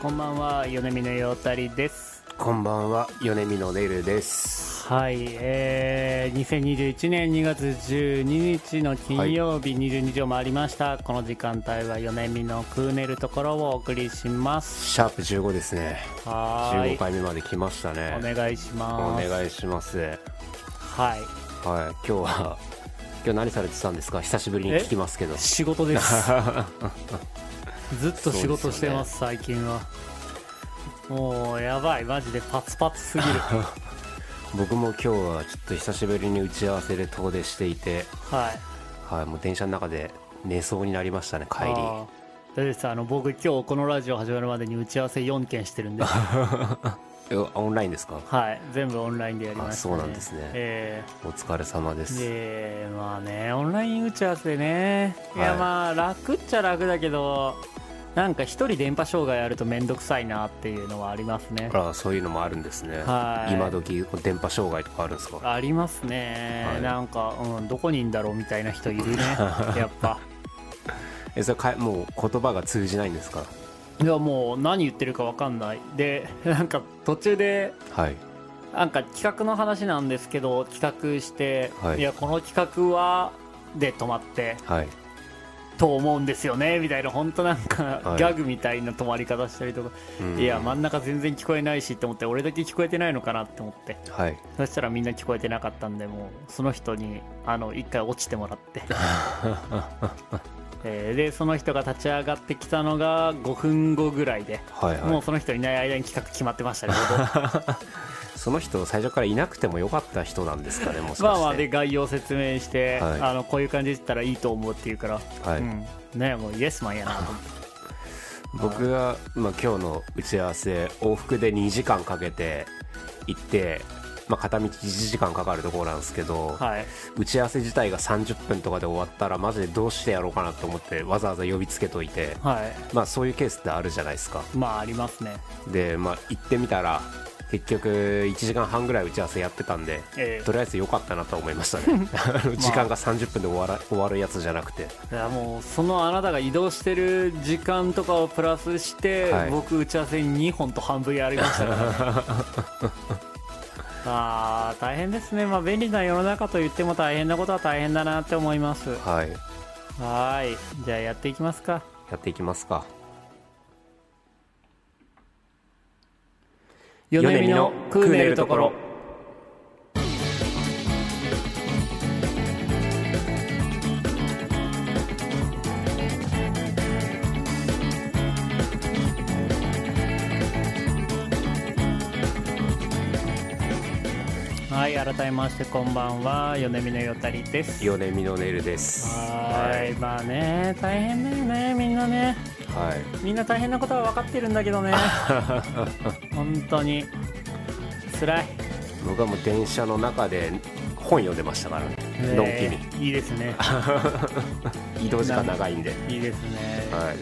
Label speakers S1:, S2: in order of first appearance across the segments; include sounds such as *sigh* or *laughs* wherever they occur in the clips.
S1: こんばんは、米見のようたりです。
S2: こんばんは、米見のねるです。
S1: はい、えー、2021年2月12日の金曜日22時を回りました。この時間帯は米見のクーネルところをお送りします。
S2: シャープ15ですね。
S1: はー
S2: 15
S1: い。
S2: 回目まで来ましたね。
S1: お願いします。
S2: お願いします。はい、
S1: はい。
S2: 今日は、今日何されてたんですか久しぶりに聞きますけど。
S1: 仕事
S2: *laughs*
S1: です。ずっと仕事してます、最近は。もう、やばい。マジでパツパツすぎる。
S2: *laughs* 僕も今日はちょっと久しぶりに打ち合わせで遠出していて、
S1: はい。
S2: はい、もう電車の中で寝そうになりましたね、帰り。
S1: あーだってさあの僕今日このラジオ始まるまでに打ち合わせ4件してるんで
S2: えオンラインですか
S1: はい全部オンラインでやりました、ね、
S2: あそうなんですね
S1: え
S2: お疲れ様で
S1: ー
S2: す。
S1: でまあねオンライン打ち合わせね、い、や
S2: はい
S1: まあ楽っちゃ楽だけどなんか一人電波障害あると面倒くさいなっていうのはありますね
S2: あら、そういうのもあるんですね。
S1: はい
S2: 今時、電波障害とかあるんですか
S1: ありますね、
S2: はい
S1: なんか、うん、どこにいんだろうみたいな人いる
S2: *laughs*
S1: ねやっぱ
S2: え、それか、もう言葉が通じないんですか
S1: いやもう何言ってるかわかんないでなんか途中で
S2: はい。
S1: なんか企画の話なんですけど企画して、
S2: はい
S1: い、やこの企画はで止まって
S2: はい。
S1: と思うんですよねみたいな本当なんか、
S2: はい
S1: ギャグみたいな止まり方したりとか、
S2: うん
S1: いや真ん中全然聞こえないしって思って俺だけ聞こえてないのかなって思って
S2: はい。
S1: そしたらみんな聞こえてなかったんでもうその人にあの一回落ちてもら
S2: *laughs*
S1: って、えーでその人が立ち上がってきたのが5分後ぐらいで、
S2: はいは
S1: もう
S2: い。
S1: その人いない間に企画決まってま
S2: *laughs*
S1: したね
S2: その人、最初からいなくてもよかった人なんですかね、もしかして。
S1: まあまあで概要説明して、
S2: はい
S1: あのこういう感じで言ったらいいと思うって言うから、
S2: はい
S1: うん、ねもうイエスマンやなと思って
S2: 僕が、まあ、今日の打ち合わせ、往復で2時間かけて行って、まあ、片道1時間かかるところなんですけど、
S1: はい
S2: 打ち合わせ自体が30分とかで終わったら、マジでどうしてやろうかなと思って、わざわざ呼びつけといて、
S1: はい
S2: まあ、そういうケースってあるじゃないですか。
S1: まあありますね
S2: で、まあ、行ってみたら、結局、1時間半ぐらい打ち合わせやってたんで、
S1: え
S2: とりあえず良かったなと思いまし
S1: *laughs*
S2: たねあの時間が30分で終わら終わるやつじゃなくて
S1: えいやもうそのあなたが移動してる時間とかをプラスして、
S2: はい
S1: 僕打ち合わせに2本と半分やりましたから、ね、あー大変ですねまあ便利な世の中と言っても大変なことは大変だなって思いますは
S2: はい
S1: ーいじゃあやっていきますか
S2: やっていきますか
S1: 米見のクーネルところはい改めましてこんばんは米見のよたりです
S2: 米見のネルです
S1: はーいまあね大変だよねみんなね
S2: はい
S1: みんな大変なことは分かってるんだけ
S2: *laughs*
S1: どね本当に辛い
S2: 僕はもう電車の中で本読んでましたからね
S1: ね
S2: のんき
S1: いいですね
S2: *laughs* に移動時間長いんで
S1: いいですね、
S2: は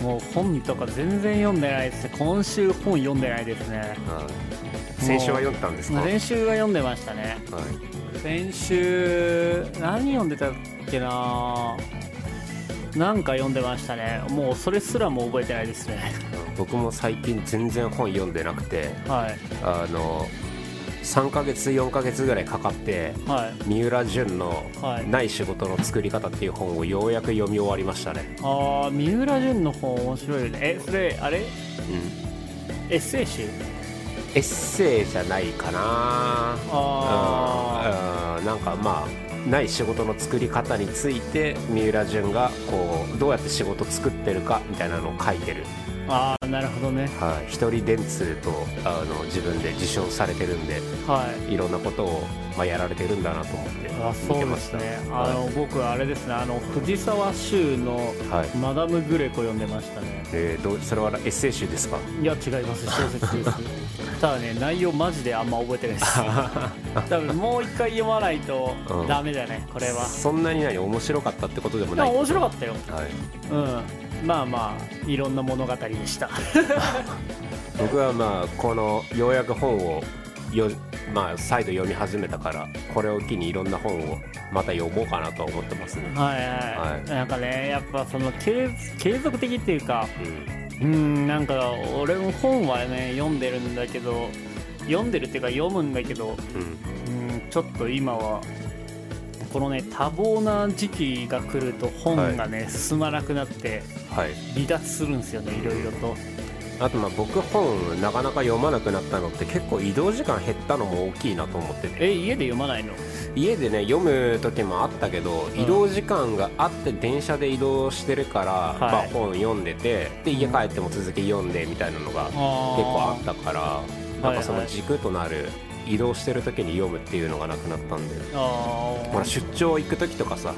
S2: い、
S1: もう本とか全然読んでないですね今週本読んでないですね
S2: はい、先週は読んでたんですか、はい、
S1: 先週は読んでましたね先週何読んでたっけななんか読んでましたねもうそれすらも覚えてないですね
S2: *laughs* 僕も最近全然本読んでなくて
S1: はい
S2: あの3ヶ月4ヶ月ぐらいかかって
S1: はい
S2: 三浦淳の
S1: はい
S2: 「ない仕事の作り方」っていう本をようやく読み終わりましたね、
S1: ああ三浦淳の本面白いよねえそれあれ
S2: うん、
S1: エッセイ集
S2: エッセイじゃないかな
S1: あ
S2: あなんかまあない仕事の作り方について三浦淳がこうどうやって仕事作ってるかみたいなのを書いてる、
S1: ーあーなるほどね
S2: はい、一人電通とあの自分で受賞されてるんで
S1: はい
S2: いろんなことを、まあ、やられてるんだなと思って
S1: あ
S2: 見
S1: そ
S2: て
S1: う
S2: ま
S1: で
S2: し
S1: す
S2: た
S1: ねあ
S2: は
S1: の僕はあれですねあの藤沢周の
S2: い、はい
S1: 「マダム・グレコ」読んでましたね
S2: えーどうそれはエッセイ集ですか
S1: いや違います小説
S2: *laughs*
S1: ですただね内容マジであんま覚えてないです
S2: *laughs*
S1: 多分もう一回読まないと
S2: うん
S1: ダメだねこれは
S2: そんなに何面白かったってことでも
S1: で
S2: ない
S1: も面白かったよ
S2: はい、
S1: うんまあまあいろんな物語でした
S2: 僕はまあこのようやく本をよ、まあ、再度読み始めたからこれを機にいろんな本をまた読もうかなとは思ってますね、
S1: はいはい、
S2: はい
S1: なんかねやっぱその継継続的っていうか
S2: うん、
S1: うんなんか俺も本はね読んでるんだけど読んでるっていうか読むんだけど
S2: うん、
S1: うんちょっと今はこのね多忙な時期が来ると本がね、進まなくなって
S2: はい
S1: 離脱するんですよねいろいろと
S2: あとまあ僕本なかなか読まなくなったのって結構移動時間減ったのも大きいなと思ってて
S1: え家で読まないの
S2: 家でね読む時もあったけど
S1: ん
S2: 移動時間があって電車で移動してるから、
S1: い
S2: まあ、本読んでてで家帰っても続き読んでみたいなのが結構あったからなんかその軸となる移動してる時に読むっていうのがなくなったんで
S1: あー
S2: ほら出張行く時とかさ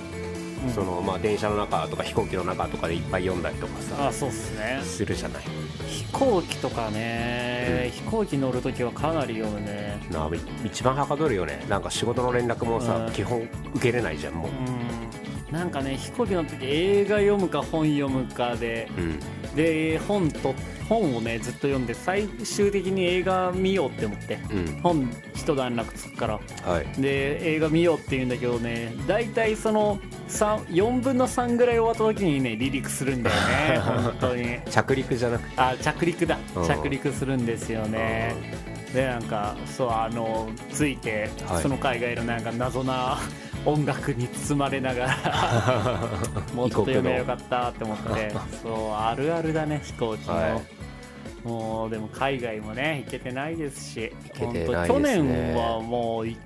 S1: うん
S2: そのまあ電車の中とか飛行機の中とかでいっぱい読んだりとか
S1: あ
S2: さ
S1: そうっすね
S2: するじゃない
S1: 飛行機とかね、飛行機乗るときはかなり読むね
S2: なあ一番はかどるよねなんか仕事の連絡もさ、
S1: うん
S2: 基本受けれないじゃんもう
S1: うんなんかね飛行機乗るとき映画読むか本読むかで
S2: うん
S1: で本と本をねずっと読んで最終的に映画見ようって思って
S2: うん
S1: 本一段落つくから
S2: はい
S1: で映画見ようって言うんだけどね大体その4分の3ぐらい終わった時にね離陸するんだよ
S2: *laughs*
S1: ね本当に
S2: 着陸じゃなくて
S1: あ着陸だ
S2: うん
S1: 着陸するんですよねでなんかそうあのついて、
S2: はい
S1: その海外のなんか謎な音楽に包まれながら
S2: *laughs*
S1: もうちょっと読めばよかったって思ってそうあるあるだね飛行機の、
S2: は
S1: もうでも海外もね行けてないですし
S2: 行けてないですね
S1: 本当去年はもうい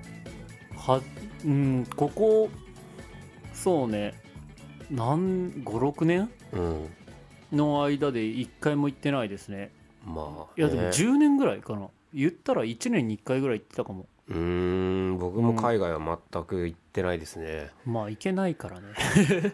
S1: はうんここそうね56年
S2: うん
S1: の間で1回も行ってないですね
S2: まあ
S1: いやでも
S2: ね
S1: 10年ぐらいかな、言ったら1年に1回ぐらい行ってたかも
S2: うーん僕も海外は全く行ってないですね、
S1: まあ行けないからね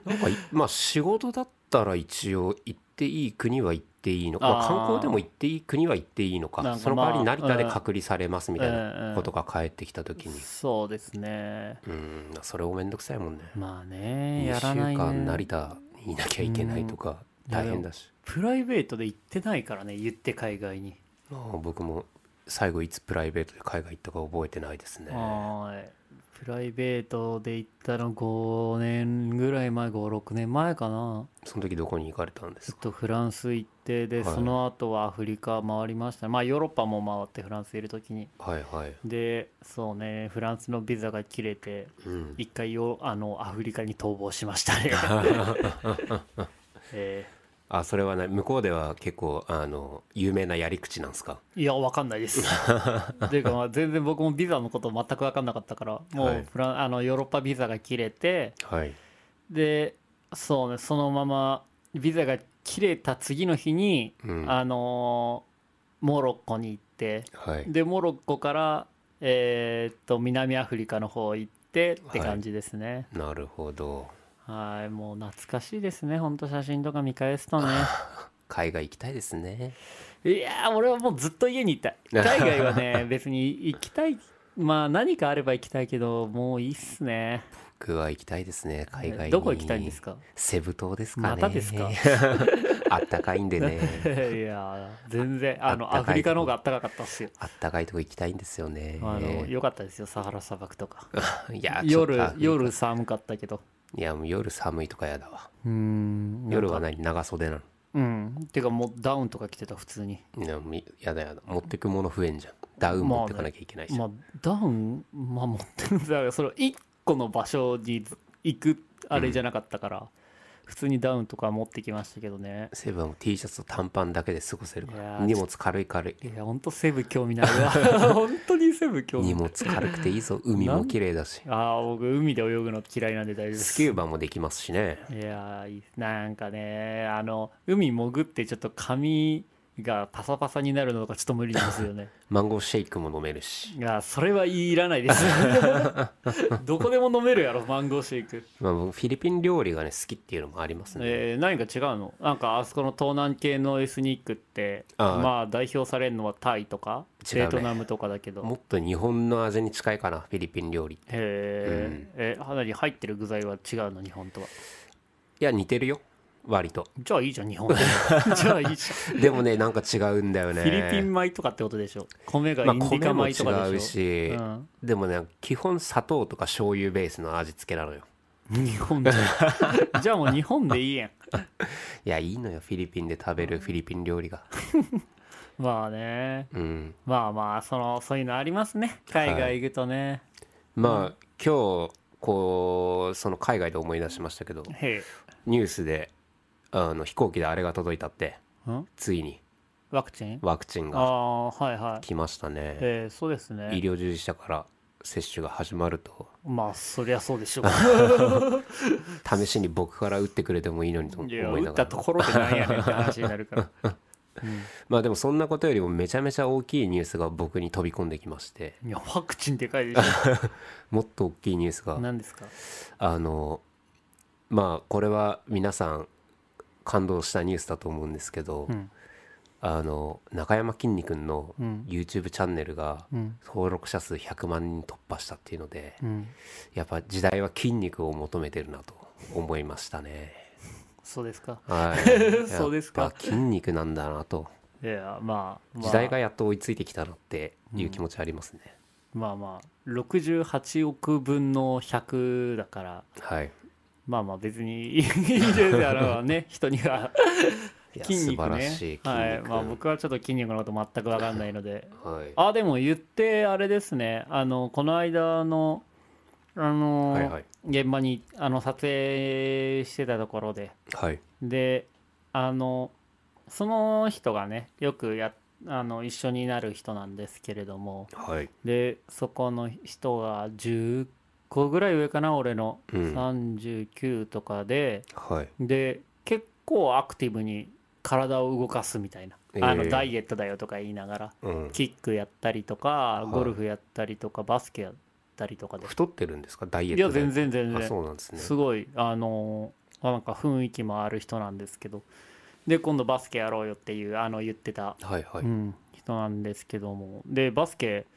S2: なんかいまあ仕事だったら一応行っていい国は行っていいのか、まあ
S1: あー
S2: 観光でも行っていい国は行っていいのか
S1: なんか
S2: その代わり
S1: まあ
S2: 成田で隔離されます *laughs* みたい
S1: うんう
S2: なんことが返ってきた時に
S1: そうですね
S2: うんそれもめんどくさいもんね
S1: まあ
S2: 2
S1: ねや
S2: 週
S1: らない
S2: 間
S1: ね
S2: 成田にいなきゃいけないとか
S1: うん
S2: 大変だし
S1: プライベートで行ってないからね言って海外に、
S2: まあ僕も最後いつプライベートで海外行ったか覚えてないですね
S1: はーいプライベートで行ったの5年ぐらい前56年前かな
S2: その時どこに行かれたんで
S1: ち
S2: す
S1: ょっ
S2: か
S1: とフランス行ってで、
S2: はい
S1: その後はアフリカ回りましたまあヨーロッパも回ってフランスいる時に
S2: はいはい
S1: でそうねフランスのビザが切れて
S2: うん
S1: 一回よあのアフリカに逃亡しました
S2: *laughs*
S1: ね、え
S2: あそれはね向こうでは結構あの有名なやり口なんですか
S1: ーいやわかんないです
S2: *laughs*
S1: というか、まあ、全然僕もビザのこと全くわかんなかったからも
S2: はいう
S1: フラン、あのヨーロッパビザが切れて
S2: はい
S1: でそうねそのままビザが切れた次の日に、
S2: うん
S1: あのーモロッコに行って
S2: はい
S1: でモロッコからえーっと南アフリカの方行ってって感じですね、
S2: なるほど
S1: はい、もう懐かしいですね。ほんと写真とか見返すとね。
S2: 海外行きたいですね
S1: いやー、俺はもうずっと家にいたい。
S2: *laughs*
S1: 海外はね、別に行きたい。まあ何かあれば行きたいけど、もういいっすね。
S2: 僕は行きたいですね海外に
S1: どこ行きたいんですか *laughs*
S2: セブ島ですかね
S1: またですか
S2: *laughs* あったかいんでね
S1: いやー、全然、あの、
S2: あ
S1: ア
S2: ったかい
S1: フリカの方が暖かかったっすよ。
S2: あったかいとこ行きたいんですよね
S1: あの、良かったですよ、サハラ砂漠とか。
S2: *laughs* いやちょっと
S1: 夜
S2: あ、
S1: 夜寒かったけど。
S2: いやもう夜寒いとかやだわ
S1: うーん。
S2: 夜は
S1: ね。
S2: 何長袖な
S1: うん。てかもうダウンとか着てた、普通に。
S2: のいやもうやだやだ持ってくもの増えんじゃんダウン持ってかなきゃいけないし、
S1: まあ、ダウン、まあ、持ってるんだからそれ1個の場所に行くあれじゃなかったから、普通にダウンとか持ってきましたけどね
S2: セブンはもう T シャツと短パンだけで過ごせるか
S1: いや
S2: ら
S1: ー
S2: 荷物軽い軽い
S1: いやほんとセブ興味ないわ *laughs* 本当にセブ興味
S2: 荷
S1: ない
S2: 物軽くていいぞ海も綺麗だし
S1: ああ僕海で泳ぐの嫌いなんで大丈夫です
S2: スキューバもできますしね
S1: いやーいいなんかねあの海潜ってちょっと髪がパサパサになるのとかちょっと無理なんですよ *laughs* ね
S2: マンゴーシェイクも飲めるし、
S1: いやそれはいらないです *laughs* どこでも飲めるやろマンゴーシェイク
S2: まあ、僕フィリピン料理がね好きっていうのもありますね、
S1: えー何か違うのなんかあそこの東南系のエスニックって
S2: あー
S1: まあ代表されるのはタイとか、
S2: 違うね
S1: ベトナムとかだけど
S2: もっと日本の味に近いかなフィリピン料理って
S1: へーえかなり入ってる具材は違うの日本とはい
S2: や似てるよ割と *laughs*
S1: じゃあいいじゃん日本でじゃあいいじ
S2: でもねなんか違うんだよ
S1: ゃ
S2: ね
S1: んフィリピン米とかってことでしょ米がイ
S2: まあ
S1: ンディ
S2: 米
S1: カ
S2: も
S1: 米とか
S2: 違
S1: で
S2: う
S1: し
S2: し、
S1: うん
S2: でもね基本砂糖とか醤油ベースの味付けなのよ
S1: ょ日本
S2: *laughs*
S1: じゃんじゃあもう日本でいいやん
S2: いやいいのよフィリピンで食べるフィリピン料理が
S1: まあね
S2: うん
S1: まあまあそのそういうのありますね海外行くとね、
S2: まあ今日こうその海外で思い出しましたけど
S1: へ
S2: ニュースであの飛行機であれが届いたって
S1: えん
S2: ついに
S1: ワクチン
S2: ワクチン
S1: あ
S2: が
S1: あはいはい
S2: 来ましたね
S1: えー、そうです
S2: 医
S1: ね
S2: 療従事者から接種が始まると
S1: まあそりゃそうでしょう
S2: 試しに僕から打ってくれてもいいのにと *laughs* 思
S1: い
S2: い
S1: や
S2: ながら
S1: 打ったところでなんやねんって話になる
S2: *laughs*
S1: から
S2: まあでもそんなことよりもめちゃめちゃ大きいニュースが僕に飛び込んできまして
S1: いやワクチンでかいでし
S2: もっと大きいニュース
S1: ょ
S2: が
S1: 何ですか
S2: あのまあこれは皆さん感動したニュースだと思うんですけど、
S1: うん
S2: あの中山きんに君の
S1: うん
S2: YouTube チャンネルが
S1: うん
S2: 登録者数100万人突破したっていうので
S1: うん
S2: やっぱ時代は筋肉を求めてるなと思いましたね。
S1: そうですか
S2: はい
S1: *laughs* そうですか
S2: やっぱ筋肉なんだなと
S1: いやまあ、まあ、
S2: 時代がやっと追いついてきたなっていう気持ちありますね。
S1: まあまあ68億分の100だから
S2: はい。
S1: まあまあ別にいいですよあのね
S2: *laughs*
S1: 人にはい
S2: や
S1: 筋肉
S2: 素晴
S1: ね
S2: らしい筋肉。
S1: はいまあ僕はちょっと筋肉のこと全く分かんないので
S2: はい。
S1: あでも言ってあれですねあのこの間のあの、
S2: はいはい
S1: 現場にあの撮影してたところで
S2: はい。
S1: であのその人がねよくやあの一緒になる人なんですけれども、
S2: はい。
S1: でそこの人が10個ぐらい上かな俺の、
S2: うん
S1: 39とかで
S2: はい。
S1: で結構アクティブに体を動かすみたいな、
S2: ええ
S1: あのダイエットだよとか言いながら
S2: うん。
S1: キックやったりとか
S2: い
S1: ゴルフやったりとか、バスケやったりとかで
S2: 太ってるんですかダイエッ
S1: い
S2: ト
S1: や
S2: で
S1: 全然全
S2: あ
S1: 然
S2: そうなんですね
S1: すごいあのーなんか雰囲気もある人なんですけどで今度バスケやろうよっていうあの言ってた
S2: はいはい、
S1: うん、人なんですけどもでバスケ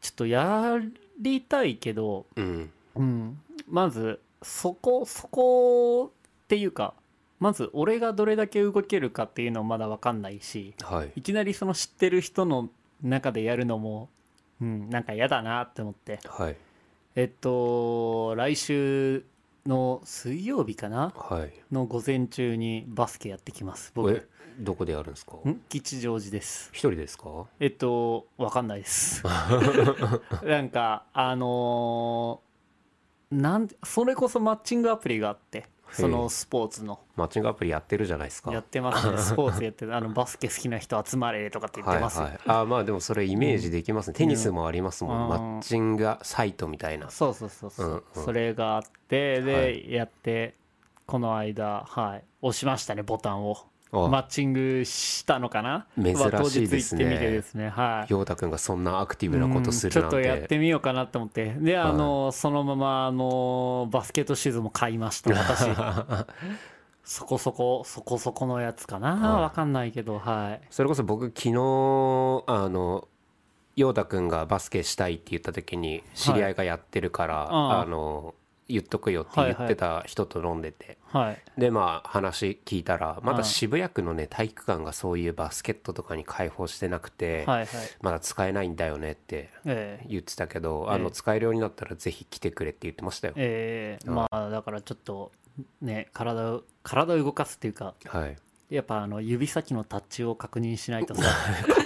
S1: ちょっとやりたいけど、
S2: うん
S1: うん、まずそこそこっていうかまず俺がどれだけ動けるかっていうのまだ分かんないし
S2: はい
S1: いきなりその知ってる人の中でやるのも、うん、なんか嫌だなって思って
S2: はい
S1: えっと来週の水曜日かな
S2: はい
S1: の午前中にバスケやってきます
S2: え
S1: 僕
S2: どこでやるんですか
S1: ん吉祥寺です
S2: 一人ですか
S1: えっと、わかんない
S2: *laughs*
S1: です。なんか、あのーなんてそれこそマッチングアプリがあって、そのスポーツの、
S2: マッチングアプリやってるじゃないですか
S1: やって
S2: *laughs*
S1: ますね、スポーツやってる、あのバスケ好きな人集まれとかって言っ
S2: は
S1: て
S2: い
S1: ますよ。
S2: はいあまあでもそれイメージできますね、テニスもありますもん、
S1: うん
S2: マッチングサイトみたいな
S1: そうそうそうそう、
S2: うんうん
S1: それがあって、で、
S2: は
S1: やって、この間、はい、押しましたね、ボタンを。
S2: あ
S1: マッチングしたのかな
S2: 珍しい
S1: 当
S2: で
S1: 日行
S2: す
S1: っ
S2: ね
S1: てみてですね、はい。
S2: 陽太くんがそんなアクティブなことする
S1: う
S2: なんん
S1: ち
S2: て、
S1: ょっとやってみようかなと思ってであの、そのままあのバスケットシューズも買いました
S2: *laughs*
S1: 私そこそこそこそこのやつかな、
S2: はい
S1: わかんないけどはい
S2: それこそ僕昨日あの陽太くんがバスケしたいって言った時に知り合いがやってるから、
S1: ああ
S2: あの言っとくよって言ってた人と飲んでて、
S1: はい
S2: でまあ話聞いたらま
S1: うん
S2: だ渋谷区のね体育館がそういうバスケットとかに開放してなくて、
S1: はいはい
S2: まだ使えないんだよねって
S1: ええ
S2: 言ってたけど、あ
S1: ええ
S2: の使えるようになったらぜひ来てくれって言ってましたよ、
S1: ええ
S2: うん
S1: まあだからちょっとね体を体を動かすっていうか
S2: はい
S1: やっぱあの指先のタッチを確認しないとさ
S2: *laughs* か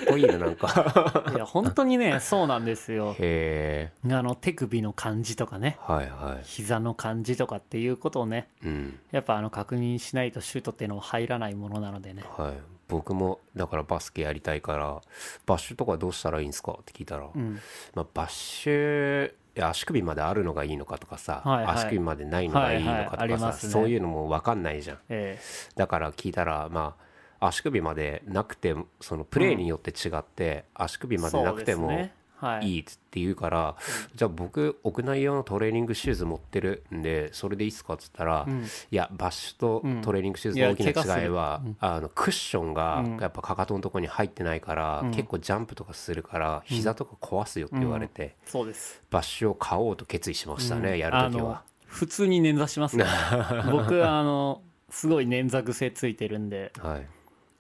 S2: っこいいねなんか
S1: いや本当にねそうなんですよ
S2: へえ
S1: あの手首の感じとかね
S2: はいは
S1: 膝の感じとかっていうことをね
S2: いうん
S1: やっぱあの確認しないとシュートっていうのは入らないものなのでね
S2: はい僕もだからバスケやりたいからバッシュとかどうしたらいいんですかって聞いたら、
S1: うん
S2: まあ、バッシュいや足首まであるのがいいのかとかさ、
S1: はいはい
S2: 足首までないのがいいのかとかさ、
S1: はいはいありますね
S2: そういうのも分かんないじゃん
S1: え
S2: だから聞いたらまあ足首までなくてもそのプレーによって違って、足首
S1: え
S2: までなくて
S1: そう
S2: も
S1: ですねはい
S2: いっつって言うから、じゃあ僕屋内用のトレーニングシューズ持ってるんでそれでいいっすかっつったら、
S1: うん
S2: いやバッシュとトレーニングシューズの大きな違いは、あのクッションがやっぱかかとのとこに入ってないから、結構ジャンプとかするから膝とか壊すよって言われて、
S1: そうです
S2: バッシュを買おうと決意しましたね、やる
S1: あ
S2: ときは *laughs*
S1: の。普通に捻挫しますね僕あのすごい捻挫癖ついてるんで、
S2: はい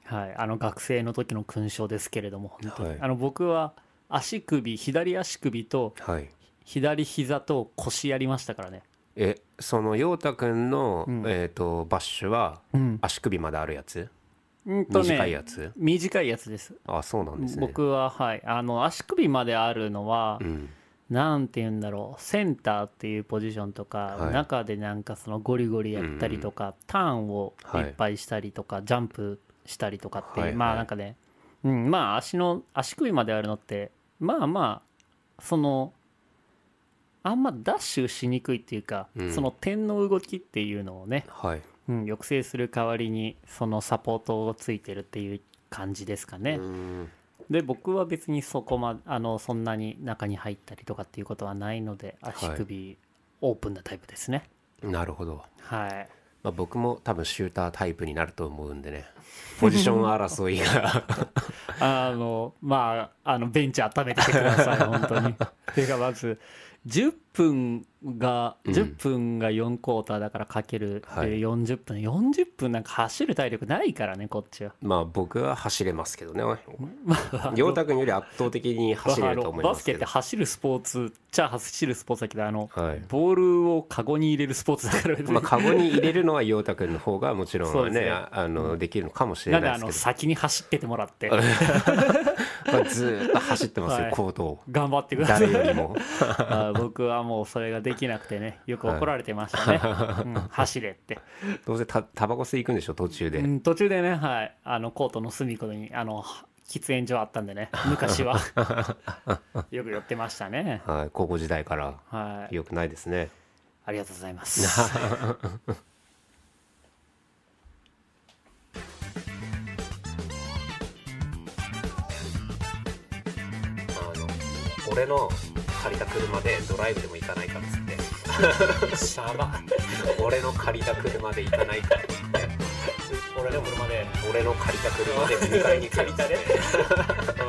S1: はい、あの学生の時の勲章ですけれども本当に、
S2: はい
S1: あの僕は足首左足首と
S2: はい
S1: 左膝と腰やりましたからね
S2: えその陽太くんの、
S1: ん
S2: えー、とバッシュは
S1: うん
S2: 足首まであるやつ、
S1: うんとね
S2: 短いやつ
S1: 短いやつです
S2: あそうなんですね
S1: 僕ははいあの足首まであるのは、
S2: うん
S1: なんて言うんだろうセンターっていうポジションとか、
S2: はい
S1: 中でなんかそのゴリゴリやったりとか、ターンをいっぱいしたりとか、ジャンプしたりとかっていう、
S2: はいはい
S1: まあなんかね、うん、まあ足の足首まであるのってまあまあそのあんまダッシュしにくいっていうか、
S2: うん
S1: その点の動きっていうのをね、
S2: はい
S1: うん、抑制する代わりにそのサポートをついてるっていう感じですかね。
S2: うん
S1: で僕は別にそこまあのそんなに中に入ったりとかっていうことはないので足首オープンなタイプですね
S2: なるほど、
S1: はい、
S2: *laughs* まあ、僕も多分シュータータイプになると思うん
S1: *laughs*
S2: でねポジション争いが *laughs*
S1: あのまああのベンチ温めててくだ
S2: *laughs*
S1: さい本当にていうかまず10分が
S2: うん
S1: 10分が4クォーターだからかけるで
S2: はい
S1: 40分、40分なんか走る体力ないからねこっちは
S2: まあ僕は走れますけどね
S1: *laughs*
S2: 陽太くんより圧倒的に走れると思い
S1: バ
S2: ま
S1: ス
S2: す
S1: ケ
S2: け
S1: って
S2: ど
S1: 走るスポーツじゃあ走るスポーツだけどあの、
S2: はい
S1: ボールをカゴに入れるスポーツだから別に
S2: まあカゴに入れるのは陽太くんの方がもちろ
S1: そうんです
S2: ね
S1: ね
S2: ああのできるのかもしれ
S1: なんで
S2: ない
S1: あ
S2: で
S1: の
S2: す
S1: 先に走っててもらって
S2: けど、まあ、ずーっと走ってます
S1: は
S2: よ
S1: い
S2: 行
S1: *laughs*
S2: 動を
S1: 頑張ってください
S2: 誰よりも
S1: *laughs* あ僕はもうそれができなくてねよく怒られてましたね、
S2: *laughs*
S1: うん走れって、
S2: どうせたタバコ吸い行くんでしょ途中で、
S1: うん途中でね、はい、あのコートの隅っこにあの喫煙所あったんでね昔
S2: *laughs*
S1: はよく寄ってましたね
S2: はい、高校時代から
S1: はい
S2: 良くないですね
S1: ありがとうございます
S2: 俺の借りた車でドライブでも行かないかっつってシャバ *laughs* 俺の借りた車で行かないかっつって
S1: 俺の車で
S2: 俺の借りた車で迎えに行くよっつって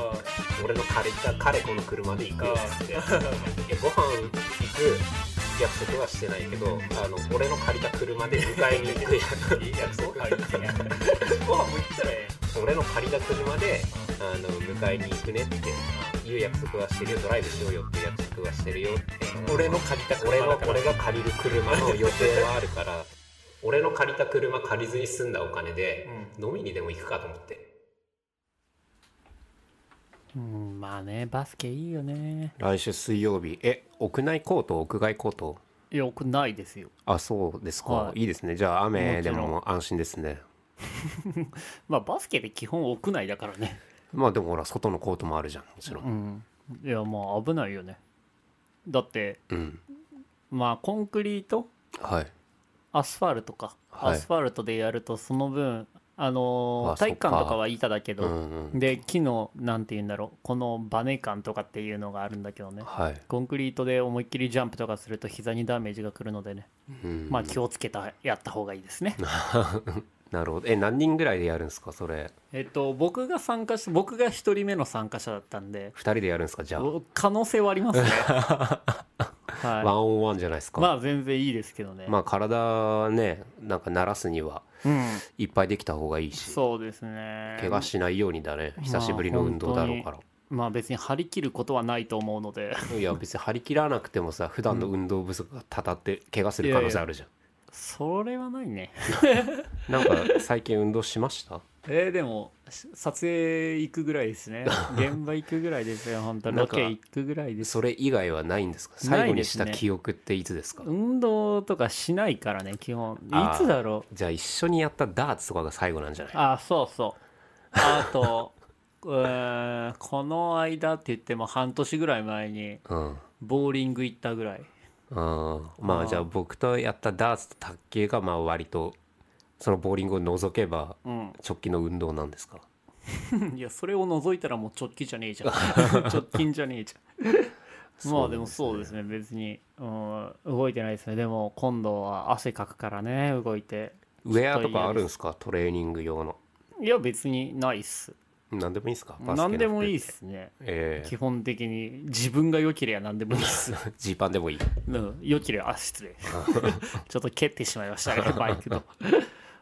S2: 俺の借りた彼子の車で行くよっつっていやご飯行く約束はしてないけどあの俺の借りた車で迎えに行く約束はして *laughs* ない
S1: ご飯も行ったらえ
S2: 俺の借りた車であの迎えに行くねっていう約束はしてるよドライブしようよっていう約束はしてるよって俺の借りた俺の俺が借りる車の予定はあるから俺の借りた車借りずに済んだお金で飲みにでも行くかと思って
S1: うんまあねバスケいいよね
S2: 来週水曜日え屋内コート屋外コート
S1: よくないですよ
S2: あそうですか、
S1: はい
S2: い、いですねじゃあ雨で
S1: も
S2: も安心ですね
S1: まあバスケって基本屋内だからね
S2: まあでもほら外のコートもあるじゃんもちろん
S1: うんいやまあ危ないよねだって
S2: うん
S1: まあコンクリート
S2: はい
S1: アスファルトか、
S2: は
S1: ア
S2: い
S1: スファルトでやるとその分あのー
S2: あ
S1: 体育館
S2: そっか
S1: とかは板だけ
S2: う
S1: ど、
S2: んうん
S1: で木のなんて言うんだろうこのバネ感とかっていうのがあるんだけどね
S2: はい、
S1: コンクリートで思いっきりジャンプとかすると膝にダメージがくるのでね、
S2: うん
S1: まあ気をつけたやった方がいいですね、
S2: なるほどえ何人ぐらいでやるんですかそれ
S1: えっと僕が参加し僕が1人目の参加者だったんで
S2: 2人でやるんですかじゃあ
S1: お可能性はあり
S2: *laughs*
S1: ますね
S2: ワ
S1: は
S2: ンオンワンじゃないです
S1: い
S2: か、
S1: まあ全然いいですけどね、
S2: まあ体ねなんか慣らすには
S1: うん
S2: いっぱいできた方がいいし
S1: そうですね
S2: 怪我しないようにだね久しぶりの運動だろうから、
S1: まあ別に張り切ることはないと思うので
S2: いや別に張り切らなくてもさ普段の運動不足がたたって怪我する可能性あるじゃん、
S1: それはないね
S2: なんか最近運動しました
S1: えーでもし撮影行くぐらいです
S2: *laughs*
S1: ね現場行くぐらいですよ本当
S2: な
S1: ロ
S2: んか
S1: ケ行くぐらいです
S2: それ以外はないんですか
S1: な
S2: 最
S1: い
S2: 後
S1: で
S2: に
S1: す
S2: し
S1: ね
S2: た記憶っていつですか
S1: 運動とかしないからね基本
S2: あ
S1: い
S2: ー
S1: つだろう
S2: じゃあ一緒にやったダーツとかが最後なんじゃない
S1: ああそうそうあと *laughs* うーんこの間って言っても半年ぐらい前に
S2: うん
S1: ボーリング行ったぐらい
S2: あーまあじゃあ僕とやったダーツと卓球がまあ割とそのボーリングを除けば
S1: うん
S2: 直近の運動なんですか
S1: *laughs* いやそれを除いたらもう直近じゃねえじゃ
S2: *laughs*
S1: ん直近じゃねえじゃんまあでもそうですね別に、うん、動いてないですねでも今度は汗かくからね動いて
S2: ウェアとかあるんですかトレーニング用の
S1: いや別にないっす
S2: 何でもいいですかバスケの服
S1: 何でもいいっすね
S2: ええ
S1: 基本的に自分が良ければ何でもいいっす
S2: *laughs* ジーパンでもいい *laughs*
S1: うん良ければあ失礼ちょっと蹴ってしまいましたねバイクと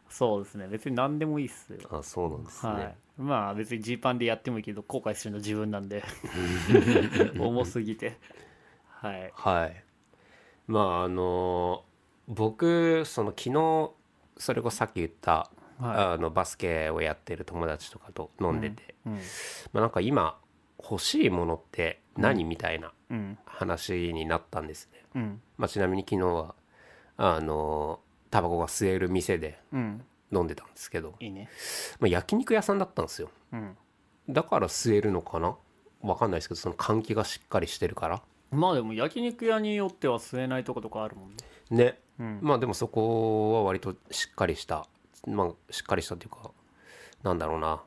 S1: そうですね別に何でもいいっすよ
S2: あそうなんですね、
S1: はい、まあ別にジーパンでやってもいいけど後悔するの自分なん
S2: *laughs*
S1: で重すぎてはい
S2: はい。まああの僕その昨日それこそさっき言った、
S1: は
S2: あのバスケをやってる友達とかと飲んでて、
S1: いうん
S2: まあなんか今欲しいものって何、みたいな
S1: うん
S2: 話になったんですね。
S1: うん
S2: まあちなみに昨日はあのタバコが吸える店で
S1: うん
S2: 飲んでたんですけど、
S1: いいね
S2: まあ、焼肉屋さんだったんですよ。
S1: うん
S2: だから吸えるのかな。わかんないですけどその換気がしっかりしてるから
S1: まあでも焼肉屋によっては吸えないとことかあるもんね
S2: ね
S1: うん
S2: まあでもそこは割としっかりしたまあしっかりしたというかなんだろうな